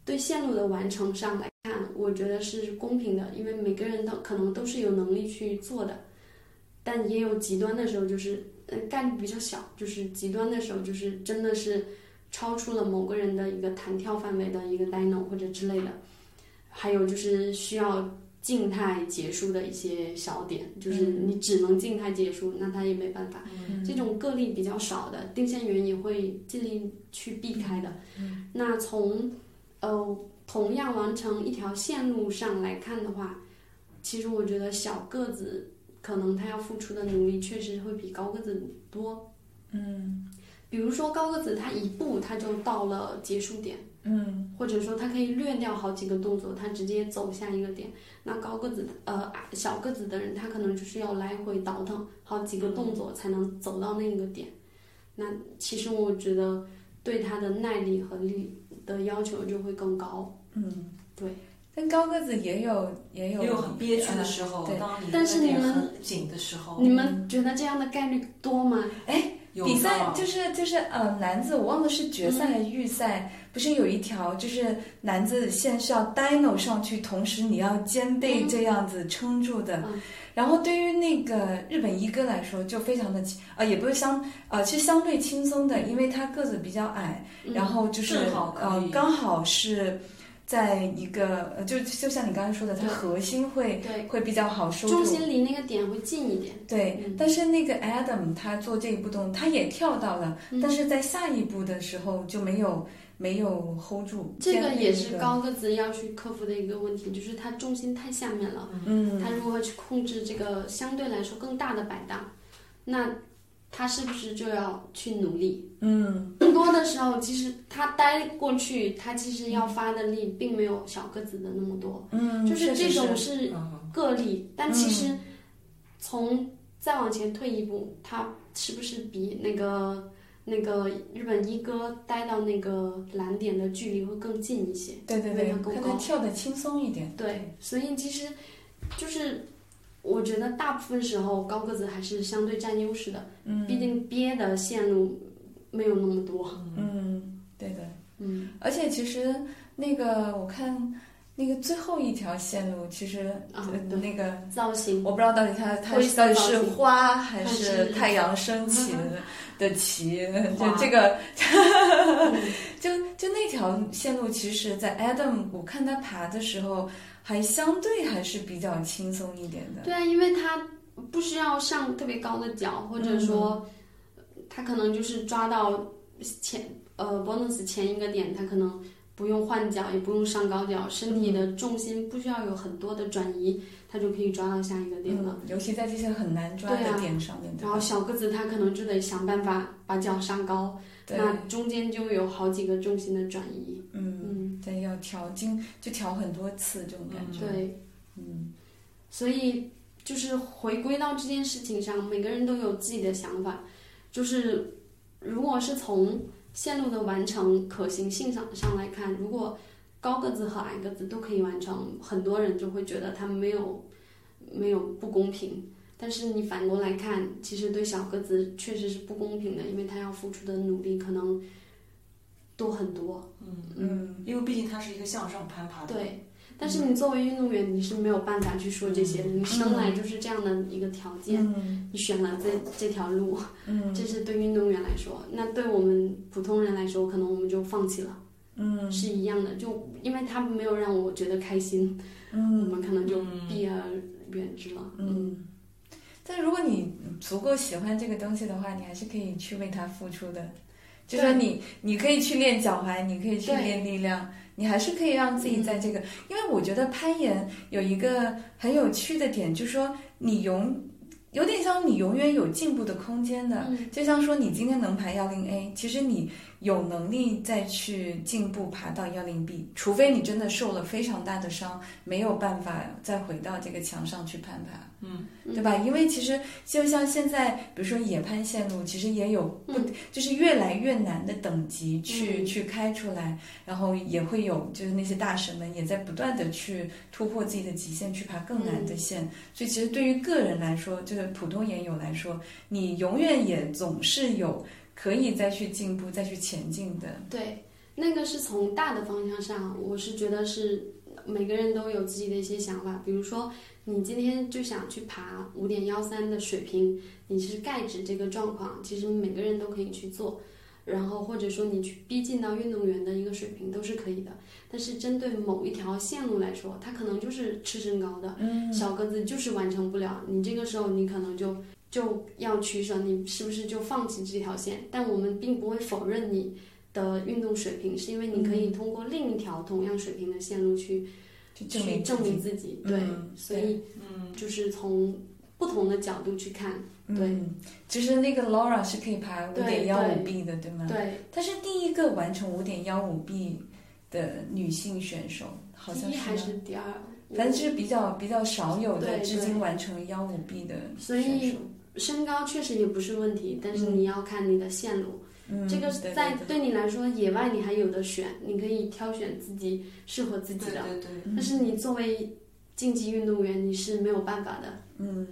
对线路的完成上来看，我觉得是公平的，因为每个人都可能都是有能力去做的，但也有极端的时候，就是呃概率比较小，就是极端的时候，就是真的是超出了某个人的一个弹跳范围的一个 dyno 或者之类的，还有就是需要静态结束的一些小点，就是你只能静态结束，那他也没办法。这种个例比较少的，定线员也会尽力去避开的。那从呃同样完成一条线路上来看的话，其实我觉得小个子可能他要付出的努力确实会比高个子多，嗯比如说高个子，他一步他就到了结束点，嗯或者说他可以略掉好几个动作，他直接走下一个点。那高个子呃矮小个子的人，他可能就是要来回倒腾好几个动作才能走到那个点。那其实我觉得对他的耐力和力的要求就会更高。嗯，对。但高个子也有也有也有很憋屈的时呃候，对当你但是的脸你们很紧的时哦候，你们觉得这样的概率多吗？有啊比赛到就是就是呃，男子我忘了是决赛还是预赛，不是有一条就是男子线是要 dino 上去，同时你要肩背嗯这样子撑住的。嗯然后对于那个日本一哥来说，就非常的轻呃，也不是相呃是相对轻松的，因为他个子比较矮，嗯然后就是正好可呃以刚好是在一个呃就就像你刚才说的，他对核心会嗯对，会比较好收住。重心离那个点会近一点。对，嗯但是那个 Adam 他做这一步动，他也跳到了，嗯但是在下一步的时候就没有没有 hold 住。这个也这是样高个子要去克服的一个问题，就是他重心太下面了，的一个，他嗯，如何去控制这个相对来说更大的摆荡？那他是不是就要去努力？嗯，更多的时候，其实他待过去，他其实要发的力并没有小个子的那么多，嗯，就是确这实种是是嗯个例，但其实从再往前退一步，他是不是比那个那个日本一哥待到那个蓝点的距离会更近一些？对对因为对它，够看他高跳的轻松一点。对，所以其实就是我觉得大部分时候高个子还是相对占优势的，嗯毕竟憋的线路没有那么多。嗯，对的。嗯而且其实那个我看那个最后一条线路，其实、啊呃，对，那个造型我不知道到底他他灰色到底造是型花还还是是太阳升 起的旗，就花这个嗯就就那条线路，其实，在 Adam 我看他爬的时候，还相对还是比较轻松一点的。对啊，因为他不需要上特别高的脚，或者说嗯他可能就是抓到前呃 bonus 前一个点，他可能不用换脚，也不用上高脚，身体的重心不需要有很多的转移，他就可以抓到下一个点了。嗯，尤其在这些很难抓对的啊点上面，对然后吧？小个子他可能就得想办法把脚上高，对，那中间就有好几个重心的转移。嗯，嗯，对，要调经，就调很多次这种感觉。对。嗯所以就是回归到这件事情上，每个人都有自己的想法。就是如果是从线路的完成可行性上上来看，如果高个子和矮个子都可以完成，很多人就会觉得他们没有没有不公平。但是你反过来看，其实对小个子确实是不公平的，因为他要付出的努力可能多很多。嗯，嗯，因为毕竟它是一个向上攀爬的，对，但是你作为运动员，你是没有办法去说这些的，你生来就是这样的一个条件，嗯你选了这这条路，嗯这是对运动员来说。那对我们普通人来说，可能我们就放弃了，嗯是一样的。就因为他没有让我觉得开心，我嗯们可能就嗯避而远之了。嗯。但如果你足够喜欢这个东西的话，你还是可以去为它付出的。就说对你，你可以去练脚踝，你可以去对嗯练力量，你还是可以让自己在这个。因为我觉得攀岩有一个很有趣的点，就是说你永有点像你永远有进步的空间的。嗯就像说你今天能爬幺零 A，其实你有能力再去进步爬到幺零 B，除非你真的受了非常大的伤，没有办法再回到这个墙上去攀爬，嗯，对吧？因为其实就像现在，比如说野攀线路，其实也有不、就是越来越难的等级去、嗯去开出来，然后也会有就是那些大神们也在不断的去突破自己的极限，去爬更难嗯的线。所以其实对于个人来说，就是普通研友来说，你永远也总是有可以再去进步、再去前进的。嗯对，那个是从大的方向上，我是觉得是每个人都有自己的一些想法。比如说，你今天就想去爬五点幺三的水平，你是钙质这个状况，其实每个人都可以去做。然后或者说你去逼近到运动员的一个水平都是可以的，但是针对某一条线路来说，它可能就是吃身高的，嗯小个子就是完成不了，你这个时候你可能就就要取舍，你是不是就放弃这条线？但我们并不会否认你的运动水平，是因为你可以通过另一条同样水平的线路去去证去明证自己明自己。对，嗯所以嗯，就是从不同的角度去看。对嗯，就是那个 Laura 是可以爬五对点幺五 B 的，对吗？对，她是第一个完成五点幺五 B 的女性选手，好像第一还是吗，是第二，反正就是比较比较少有的，对对至今完成幺五 B 的所以选手身高确实也不是问题，但是嗯你要看你的线路。嗯，这个对在对对你来说，野外你还有的选，你可以挑选自己适合自己对的。对对，但是你作为竞技运动员，你是没有办法的。嗯，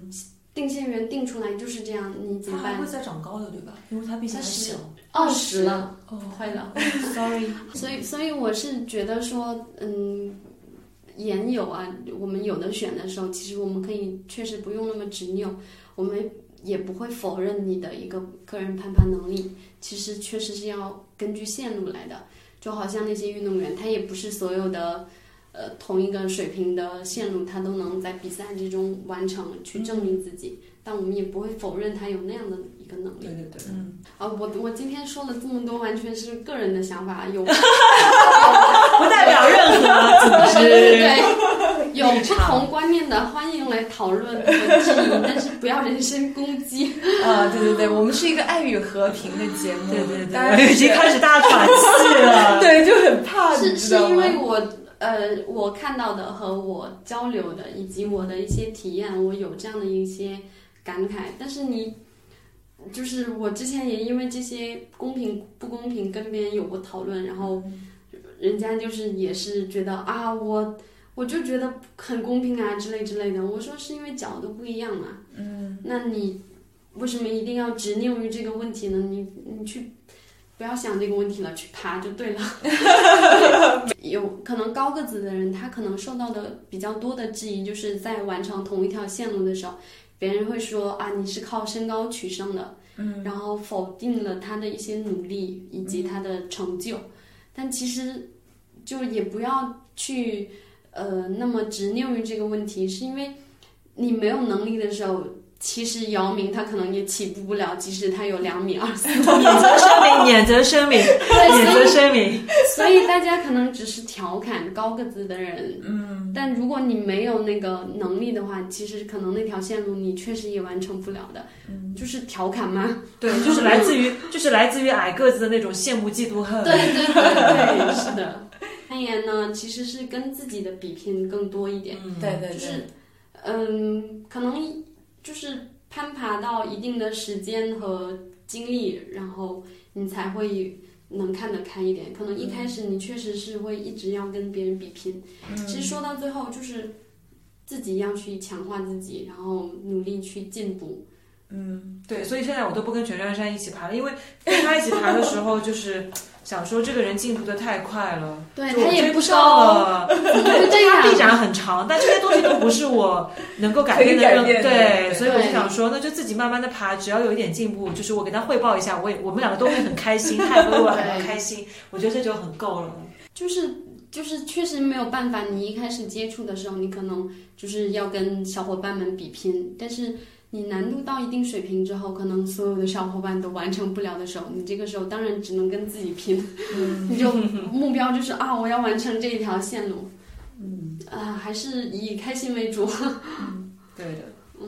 定线员定出来就是这样，你怎它么还办会？再长高的，对吧？因为它毕竟还小。二十了，哦不会了。 ，sorry，所以，所以我是觉得说，嗯，研友啊，我们有的选的时候，其实我们可以确实不用那么执拗，我们也不会否认你的一个个人攀爬能力，其实确实是要根据线路来的。就好像那些运动员，他也不是所有的，呃，同一个水平的线路，他都能在比赛之中完成，去证明自己。但我们也不会否认他有那样的一个能力。对对对，啊，我我今天说了这么多，完全是个人的想法，有不代表任何组织。对，有立不场同观念的欢迎来讨论和质疑，但是不要人身攻击。啊，对对对，我们是一个爱与和平的节目，对对当然对，已经开始大喘气 了。对，就很怕，是你知是道吗因为我呃，我看到的和我交流的，以及我的一些体验，我有这样的一些感慨。但是你就是我之前也因为这些公平不公平跟别人有过讨论，然后人家就是也是觉得啊我。我就觉得很公平啊之类之类的，我说是因为角度不一样嘛，嗯，那你为什么一定要执拗于这个问题呢？你你去不要想这个问题了，去爬就对了。有可能高个子的人，他可能受到的比较多的质疑，就是在完成同一条线路的时候，别人会说啊，你是靠身高取胜的，嗯，然后否定了他的一些努力以及他的成就，但其实就也不要去呃那么执拗于这个问题，是因为你没有能力的时候。其实姚明他可能也起步不了，即使他有两米二四，免责声明，免责声明，免责声明。所以大家可能只是调侃高个子的人，嗯，但如果你没有那个能力的话，其实可能那条线路你确实也完成不了的，嗯，就是调侃嘛，对，就是来自于， 就是来自于矮个子的那种羡慕、嫉妒、恨。对对对对，是的。攀岩呢，其实是跟自己的比拼更多一点，嗯，对对对就是，嗯，可能就是攀爬到一定的时间和精力，然后你才会能看得开一点。可能一开始你确实是会一直要跟别人比拼，嗯其实说到最后就是自己要去强化自己，然后努力去进步。对，所以现在我都不跟全山山一起爬了，因为跟他一起爬的时候，就是想说这个人进步的太快了，对就我他也追不 到高，了，对对他必呀、然很长，但这些东西都不是我能够改变的可以改任变的对，对所以我就想说，那就自己慢慢的爬，只要有一点进步，就是我给他汇报一下，我也我们两个都会很开心，他也会为我很开心，我觉得这就很够了。就是就是确实没有办法。你一开始接触的时候，你可能就是要跟小伙伴们比拼，但是你难度到一定水平之后，可能所有的小伙伴都完成不了的时候，你这个时候当然只能跟自己拼。 你就目标就是啊，我要完成这一条线路。嗯啊，还是以开心为主。对的，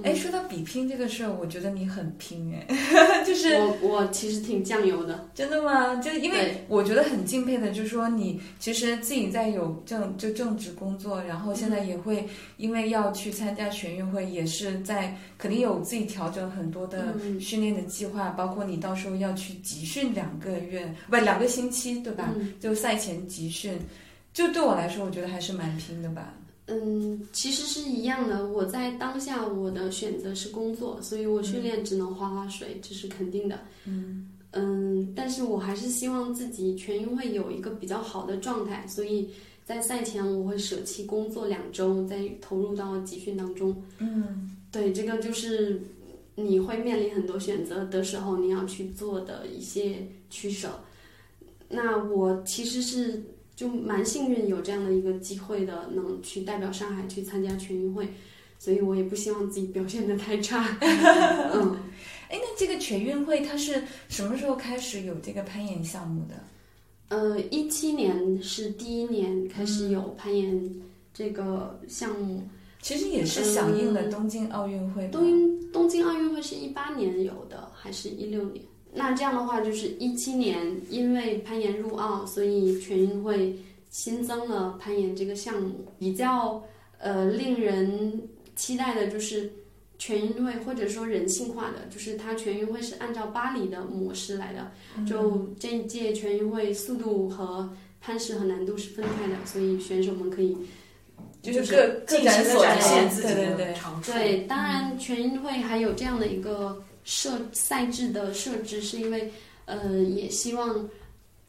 哎，说到比拼这个事儿，我觉得你很拼哎，就是我我其实挺酱油的，真的吗？就是因为对我觉得很敬佩的，就是说你其实自己在有正就正职工作，然后现嗯在也会因为要去参加全运会，也是在肯定有自己调整很多的嗯训练的计划，包括你到时候要去集训两个月，不两个星期，对吧？嗯就赛前集训，就对我来说，我觉得还是蛮拼的吧。嗯，其实是一样的。我在当下我的选择是工作，所以我训练只能划划水，这是肯定的。嗯嗯，但是我还是希望自己全运会有一个比较好的状态，所以在赛前我会舍弃工作两周，再投入到集训当中。嗯对，这个就是你会面临很多选择的时候，你要去做的一些取舍。那我其实是就蛮幸运有这样的一个机会的，能去代表上海去参加全运会，所以我也不希望自己表现的太差。嗯。哎，那这个全运会它是什么时候开始有这个攀岩项目的？呃，一七年是第一年开始有攀岩这个项目，其实也是响应嗯了东京奥运会吧。东京东京奥运会是一八年有的，还是一六年？那这样的话，就是一七年，因为攀岩入奥，所以全运会新增了攀岩这个项目。比较呃令人期待的就是全运会，或者说人性化的，就是它全运会是按照巴黎的模式来的。就这一届全运会，速度和攀石和难度是分开的，所以选手们可以就是是各各尽展情的所展长，现自己对对的对。长处。对，当然全运会还有这样的一个设赛制的设置，是因为呃也希望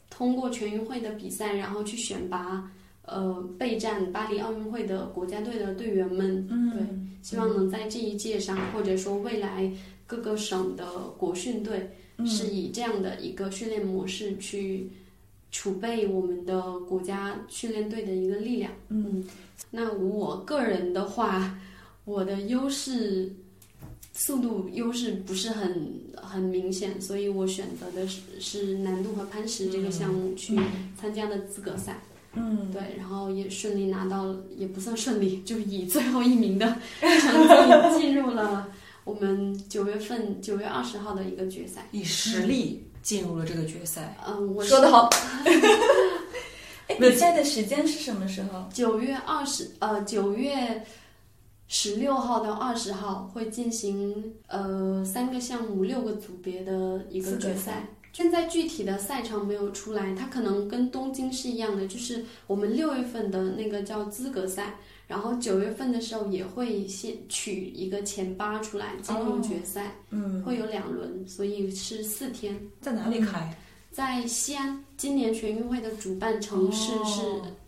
通过全运会的比赛，然后去选拔呃备战巴黎奥运会的国家队的队员们，嗯，希望能在这一届上，或者说未来各个省的国训队，是嗯以这样的一个训练模式去储备我们的国家训练队的一个力量。嗯，那我个人的话，我的优势速度优势不是很很明显，所以我选择的是是难度和攀石这个项目去参加的资格赛。嗯，对，然后也顺利拿到了，也不算顺利，就以最后一名的成绩进入了我们九月份九月二十号的一个决赛。以实力进入了这个决赛，嗯，我说得 好。哎，比赛的时间是什么时候？九月二十呃九月十六号到二十号会进行呃三个项目六个组别的一资个格决赛。现在具体的赛场没有出来，它可能跟东京是一样的，就是我们六月份的那个叫资格赛，然后九月份的时候也会先取一个前八出来进入哦决赛，嗯，会有两轮，所以是四天。在哪里开？在西安，今年全运会的主办城市哦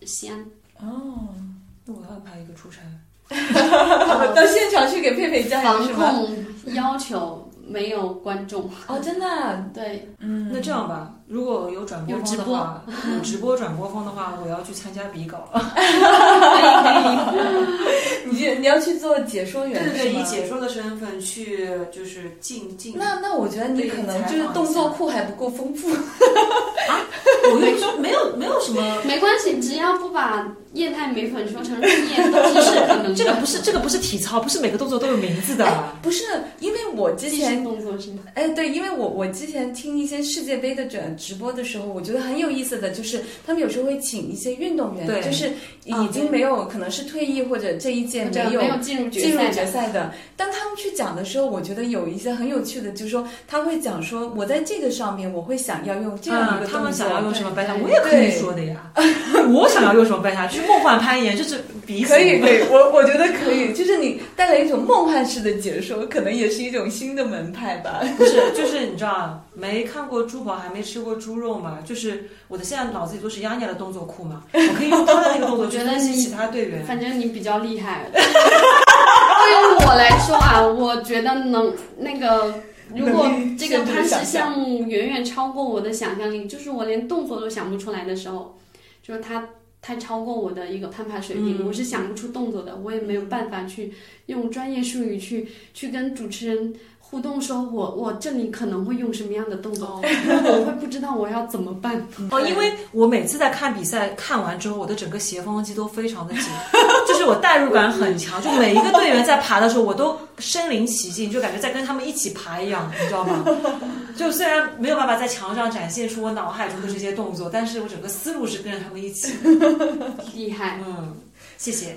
是西安。哦， 那我要安排一个出差。呃到现场去给佩佩加油防是吗？控要求没有观众，哦，真的啊，对，嗯，那这样吧，如果有转播方的话，有直播哦转播方的话，我要去参加比稿了。你这你要去做解说员对对是对，吗以解说的身份去就是进进。那那我觉得你可能就是动作库还不够丰富，我又说没有没有什么，没关系，只要不把液态眉粉说成润液，都是可能的嗯这个不是这个不是体操，不是每个动作都有名字的。哎不是因为我之技术前动作是吗？哎对，因为我我之前听一些世界杯的转直播的时候，我觉得很有意思的就是他们有时候会请一些运动员，对就是啊已经没有、可能是退役或者这一届这没个有没有进入进决入赛决的，赛的。当他们去讲的时候，我觉得有一些很有趣的，就是说他会讲说，我在这个上面我会想要用这样一嗯个，他动们想要作。用什么掰下，对我也可以说的呀。 我想要用什么掰下去，梦幻攀岩，这是比可 以，可以，我我觉得可以，就是你带来一种梦幻式的解说，可能也是一种新的门派吧。不是，就是你知道啊，没看过珠宝还没吃过猪肉嘛，就是我的现在脑子里都是丫丫的动作库嘛，我可以用他的那个动作去分析其他队员。反正你比较厉害。对于我来说啊，我觉得能那个。如果能力这个限制攀想石象项目远远超过我的想象力，就是我连动作都想不出来的时候，就是它它超过我的一个攀爬水平，嗯我是想不出动作的，我也没有办法去用专业术语去去跟主持人互动，说我我这里可能会用什么样的动作，哦我会不知道我要怎么办。哦，因为我每次在看比赛，看完之后，我的整个斜缝肌都非常的紧， 就是我代入感很强，就每一个队员在爬的时候，我都身临其境，就感觉在跟他们一起爬一样，你知道吗？ 就虽然没有办法在墙上展现出我脑海中的这些动作，但是我整个思路是跟着他们一 起。厉害，嗯，谢谢。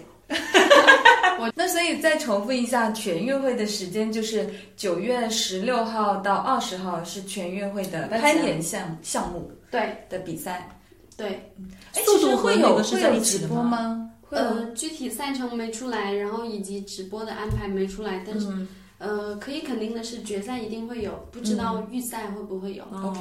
那所以再重复一下，全运会的时间就是九月十六号到二十号是全运会的搬家攀岩项项目对的比赛。对。哎速其实度和会那有个是会在有一起直的播吗？吗？会有呃，具体赛程没出来，然后以及直播的安排没出来，但是、嗯呃，可以肯定的是决赛一定会有，不知道预赛会不会有。哦，OK。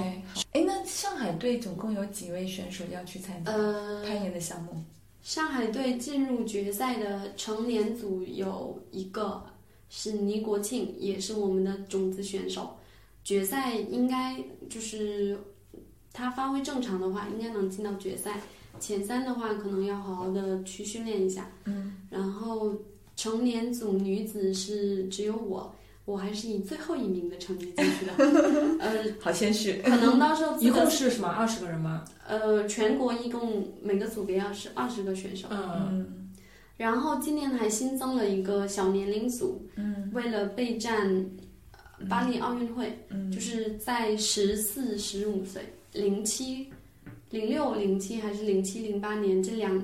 哎，那上海队总共有几位选手要去参加呃，攀岩的项目？上海队进入决赛的成年组有一个是倪国庆，也是我们的种子选手，决赛应该就是他发挥正常的话，应该能进到决赛。前三的话，可能要好好的去训练一下。嗯，然后成年组女子是只有我，我还是以最后一名的成绩进去的。呃，好谦虚。可能到时候一资格共是什么？二十个人吗？呃全国一共每个组别要是二十个选手，嗯，嗯，然后今年还新增了一个小年龄组，嗯，为了备战巴黎奥运会，嗯，就是在十四、十五岁、零七、零六、零七还是零七、零八年这两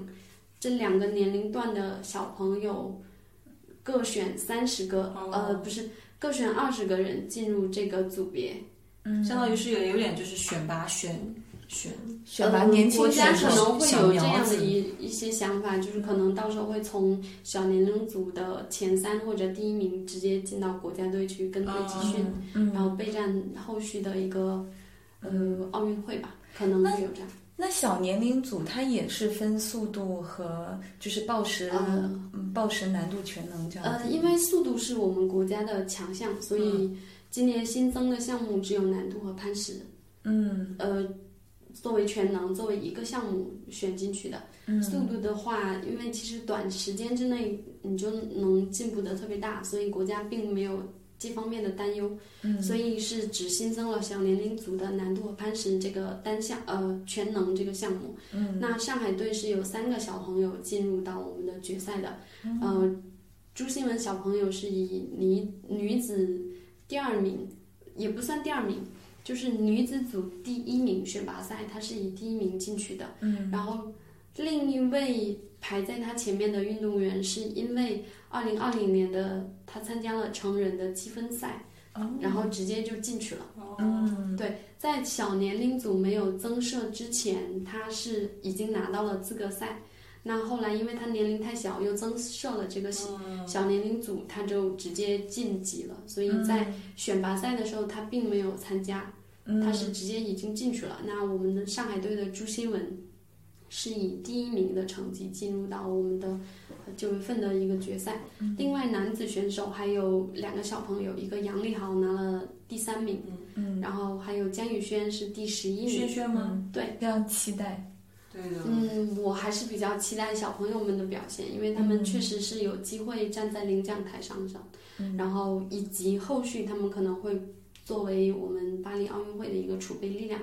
这两个年龄段的小朋友，各选三十个，哦呃，不是，各选二十个人进入这个组别。相当于是有有点就是选拔选选，选拔嗯年轻国家选可手，能会有这样小苗的子一一些想法，就是可能到时候会从小年龄组的前三或者第一名直接进到国家队去跟队集啊训，嗯然后备战后续的一个呃奥运会吧，可能会有这样。那小年龄组它也是分速度和就是报时，呃嗯嗯，报时难度全能这样呃，子。因为速度是我们国家的强项，所以今年新增的项目只有难度和攀石。嗯，呃，作为全能，作为一个项目选进去的。嗯，速度的话，因为其实短时间之内你就能进步的特别大，所以国家并没有这方面的担忧。嗯，所以是只新增了小年龄组的难度和攀石这个单项，呃，全能这个项目。嗯，那上海队是有三个小朋友进入到我们的决赛的，呃，朱新文小朋友是以女女子第二名，也不算第二名，就是女子组第一名选拔赛，她是以第一名进去的。嗯，然后另一位排在她前面的运动员，是因为二零二零年的她参加了成人的积分赛，然后直接就进去了。嗯，对，在小年龄组没有增设之前，他是已经拿到了资格赛。那后来因为他年龄太小，又增设了这个小小年龄组，他就直接晋级了。所以在选拔赛的时候，他并没有参加，嗯他是直接已经进去了。那我们的上海队的朱新文是以第一名的成绩进入到我们的呃九月份的一个决赛。另外男子选手还有两个小朋友，一个杨立豪拿了第三名。然后还有江宇轩是第十一轩名。轩嗯吗？对，非常期待，对的，嗯，我还是比较期待小朋友们的表现，因为他们确实是有机会站在领奖台上上，然后以及后续他们可能会作为我们巴黎奥运会的一个储备力量，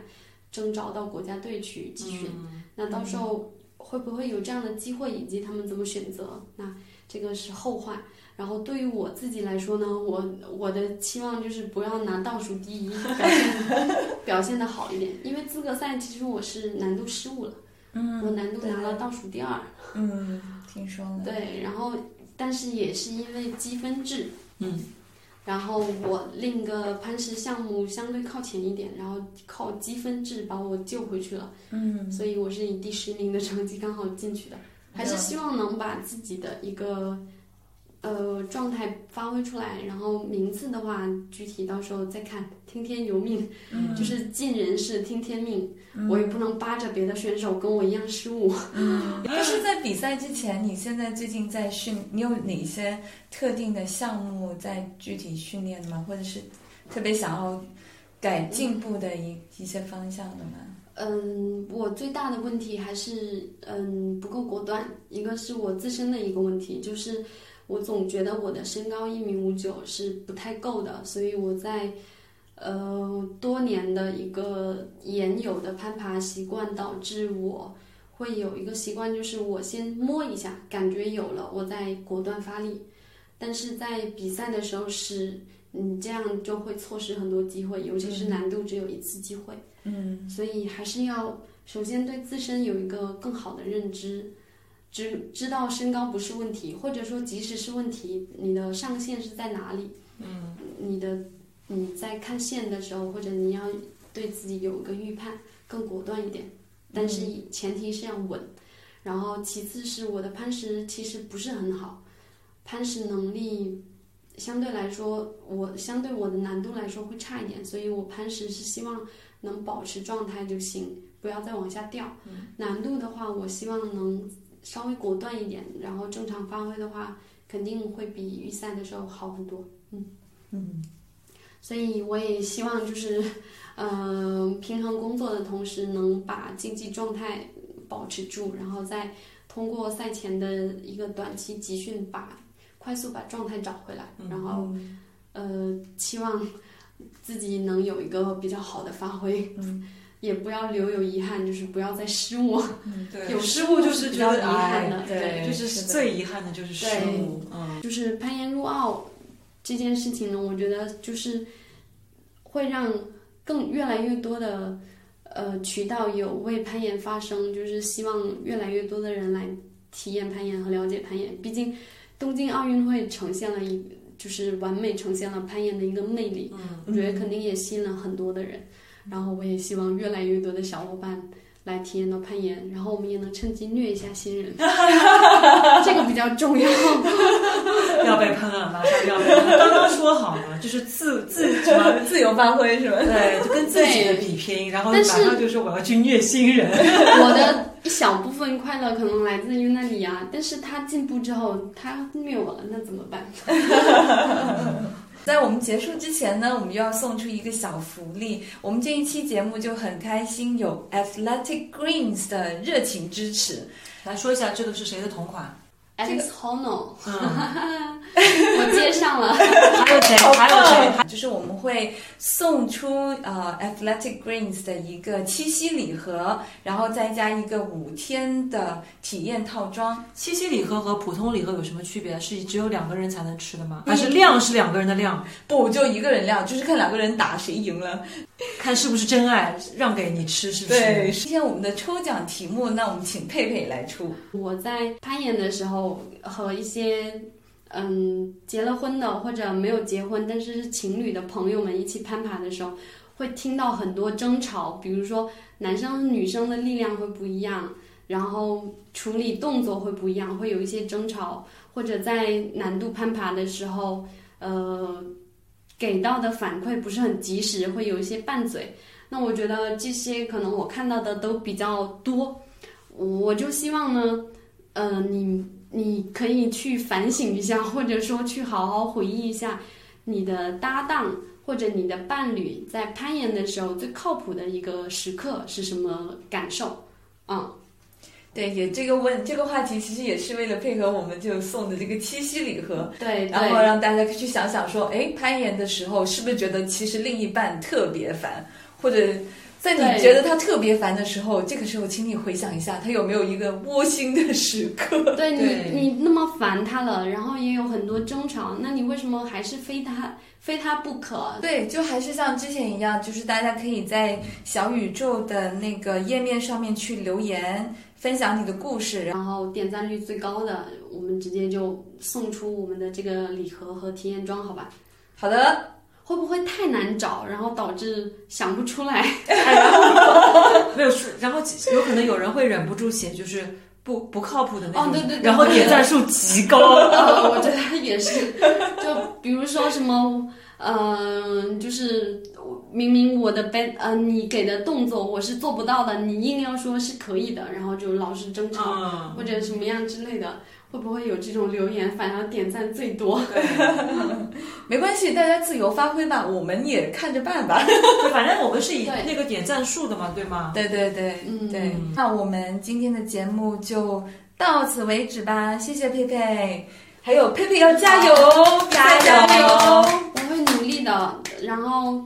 征召到国家队去集训。那到时候会不会有这样的机会，以及他们怎么选择？那这个是后话。然后对于我自己来说呢，我我的期望就是不要拿倒数第一，表现 表现的好一点。因为资格赛其实我是难度失误了，嗯，我难度拿了倒数第二，嗯，听说了，对，然后但是也是因为积分制，嗯，然后我另一个攀石项目相对靠前一点，然后靠积分制把我救回去了，嗯，所以我是以第十名的成绩刚好进去的，还是希望能把自己的一个呃状态发挥出来，然后名次的话，具体到时候再看，听天由命，嗯嗯就是尽人事听天命，我也不能扒着别的选手跟我一样失误。就是在比赛之前，你现在最近在训，你有哪些特定的项目在具体训练吗？或者是特别想要改进步的一一些方向的吗？嗯，我最大的问题还是嗯不够果断，一个是我自身的一个问题，就是我总觉得我的身高一米五九是不太够的，所以我在呃多年的一个研友的攀爬习惯，导致我会有一个习惯，就是我先摸一下，感觉有了，我再果断发力，但是在比赛的时候是。嗯你这样就会错失很多机会，尤其是难度只有一次机会。嗯所以还是要首先对自身有一个更好的认知，知知道身高不是问题，或者说即使是问题，你的上限是在哪里？嗯，你的你在看线的时候，或者你要对自己有一个预判，更果断一点，但是前提是要稳。然后其次是我的攀石其实不是很好，攀石能力。相对来说，我相对我的难度来说会差一点，所以我攀石是希望能保持状态就行，不要再往下掉。难度的话，我希望能稍微果断一点，然后正常发挥的话，肯定会比预赛的时候好很多。嗯嗯，所以我也希望就是，呃，平衡工作的同时，能把竞技状态保持住，然后再通过赛前的一个短期集训把。快速把状态找回来，然后，嗯呃，期望自己能有一个比较好的发挥。也不要留有遗憾，就是不要再失误。嗯 对，有失失误误就就是是觉觉得得遗憾的哎对就是是的最遗憾的就是失误，嗯， 就是攀岩入奥这件事情呢，我觉得就是会让更越来越多的呃渠道有为攀岩发声，就是希望越来越多的人来体验攀岩和了解攀岩。毕竟东京奥运会呈现了一就是完美呈现了攀岩的一个魅力，嗯我觉得肯定也吸引了很多的人。然后我也希望越来越多的小伙伴来体验到攀岩，然后我们也能趁机虐一下新人， 这个比较重要。要被喷了，马上要被喷了。刚刚说好了， 就是自自什 么。自由发挥是吧？ 对，就跟自己的比拼，然后马但是上就说我要去虐新人， 我的一小部分快乐可能来自于那里啊，但是他进步之后，他虐我了，那怎么办？在我们结束之前呢，我们又要送出一个小福利。我们这一期节目就很开心，有 Athletic Greens 的热情支持。 来说一下这个是谁的同款？这个 Alex Honno， 嗯，我接上了，还有谁？哎还有谁？就是我们会送出呃 Athletic Greens 的一个七夕礼盒，然后再加一个五天的体验套装。七夕礼盒和普通礼盒有什么区别？是只有两个人才能吃的吗？还是量是两个人的量？不，就一个人量，就是看两个人打谁赢了。看是不是真爱，让给你吃，是不是？对，今天我们的抽奖题目，那我们请佩佩来出。我在攀岩的时候和一些嗯结了婚的或者没有结婚但是是情侣的朋友们一起攀爬的时候，会听到很多争吵，比如说男生和女生的力量会不一样，然后处理动作会不一样，会有一些争吵，或者在难度攀爬的时候，呃。给到的反馈不是很及时，会有一些拌嘴。那我觉得这些可能我看到的都比较多，我就希望呢，呃，你你可以去反省一下，或者说去好好回忆一下你的搭档或者你的伴侣在攀岩的时候最靠谱的一个时刻是什么感受。嗯，对，也这个问这个话题，其实也是为了配合我们就送的这个七夕礼盒。对然后对，让大家去想想说，哎，攀岩的时候是不是觉得其实另一半特别烦，或者在对你觉得他特别烦的时候，这个时候请你回想一下，他有没有一个窝心的时 刻？对对你你那么烦他了，然后也有很多争吵，那你为什么还是非他非他不可？对，就还是像之前一样，就是大家可以在小宇宙的那个页面上面去留言，分享你的故事，然后点赞率最高的，我们直接就送出我们的这个礼盒和体验装，好吧？好的，会不会太难找，然后导致想不出来？哎然后没有是，然后有可能有人会忍不住写，就是不不靠谱的那种，哦对对对然后点赞数极高，呃，我觉得也是，就比如说什么，嗯、就是明明我的 ban，呃，你给的动作我是做不到的，你硬要说是可以的，然后就老是争吵、嗯，或者什么样之类的，会不会有这种留言反而点赞最多？没关系，大家自由发挥吧，我们也看着办吧。对，反正我们是以对那个点赞数的嘛，对吗？对对对，嗯对。那我们今天的节目就到此为止吧，谢谢佩佩，还有佩佩要加油， 加油加油！我会努力的，然后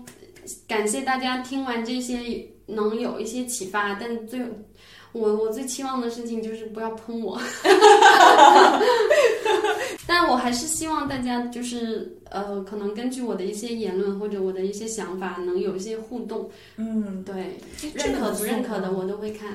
感谢大家听完这些能有一些启发，但最我我最期望的事情就是不要喷我， 但我还是希望大家就是呃，可能根据我的一些言论或者我的一些想法，能有一些互动，嗯，对，这认个可不不错认可的我都会 看，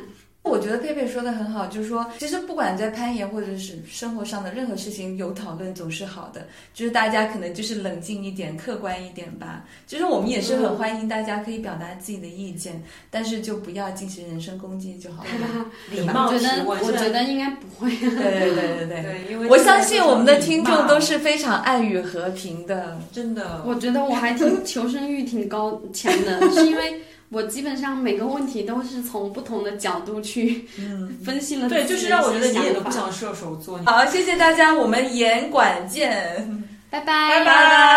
我觉得佩佩说的很好，就是说，其实不管在攀岩或者是生活上的任何事情，有讨论总是好的。就是大家可能就是冷静一点、客观一点吧。就是我们也是嗯很欢迎大家可以表达自己的意见，但是就不要进行人身攻击就好 了。礼对吧我貌提觉得问，我现在觉得应该不会，对对对对对。对， 因为我这个相信我们的听众都礼是非常爱与和平的。貌真的， 我觉得我还挺求生欲挺高强的，是因为我基本上每个问题都是从不同的角度去分析了自己的嗯对，一些想法。就是让我觉得你也都不像射手座，你好，谢谢大家，我们严管见，拜拜，拜拜拜。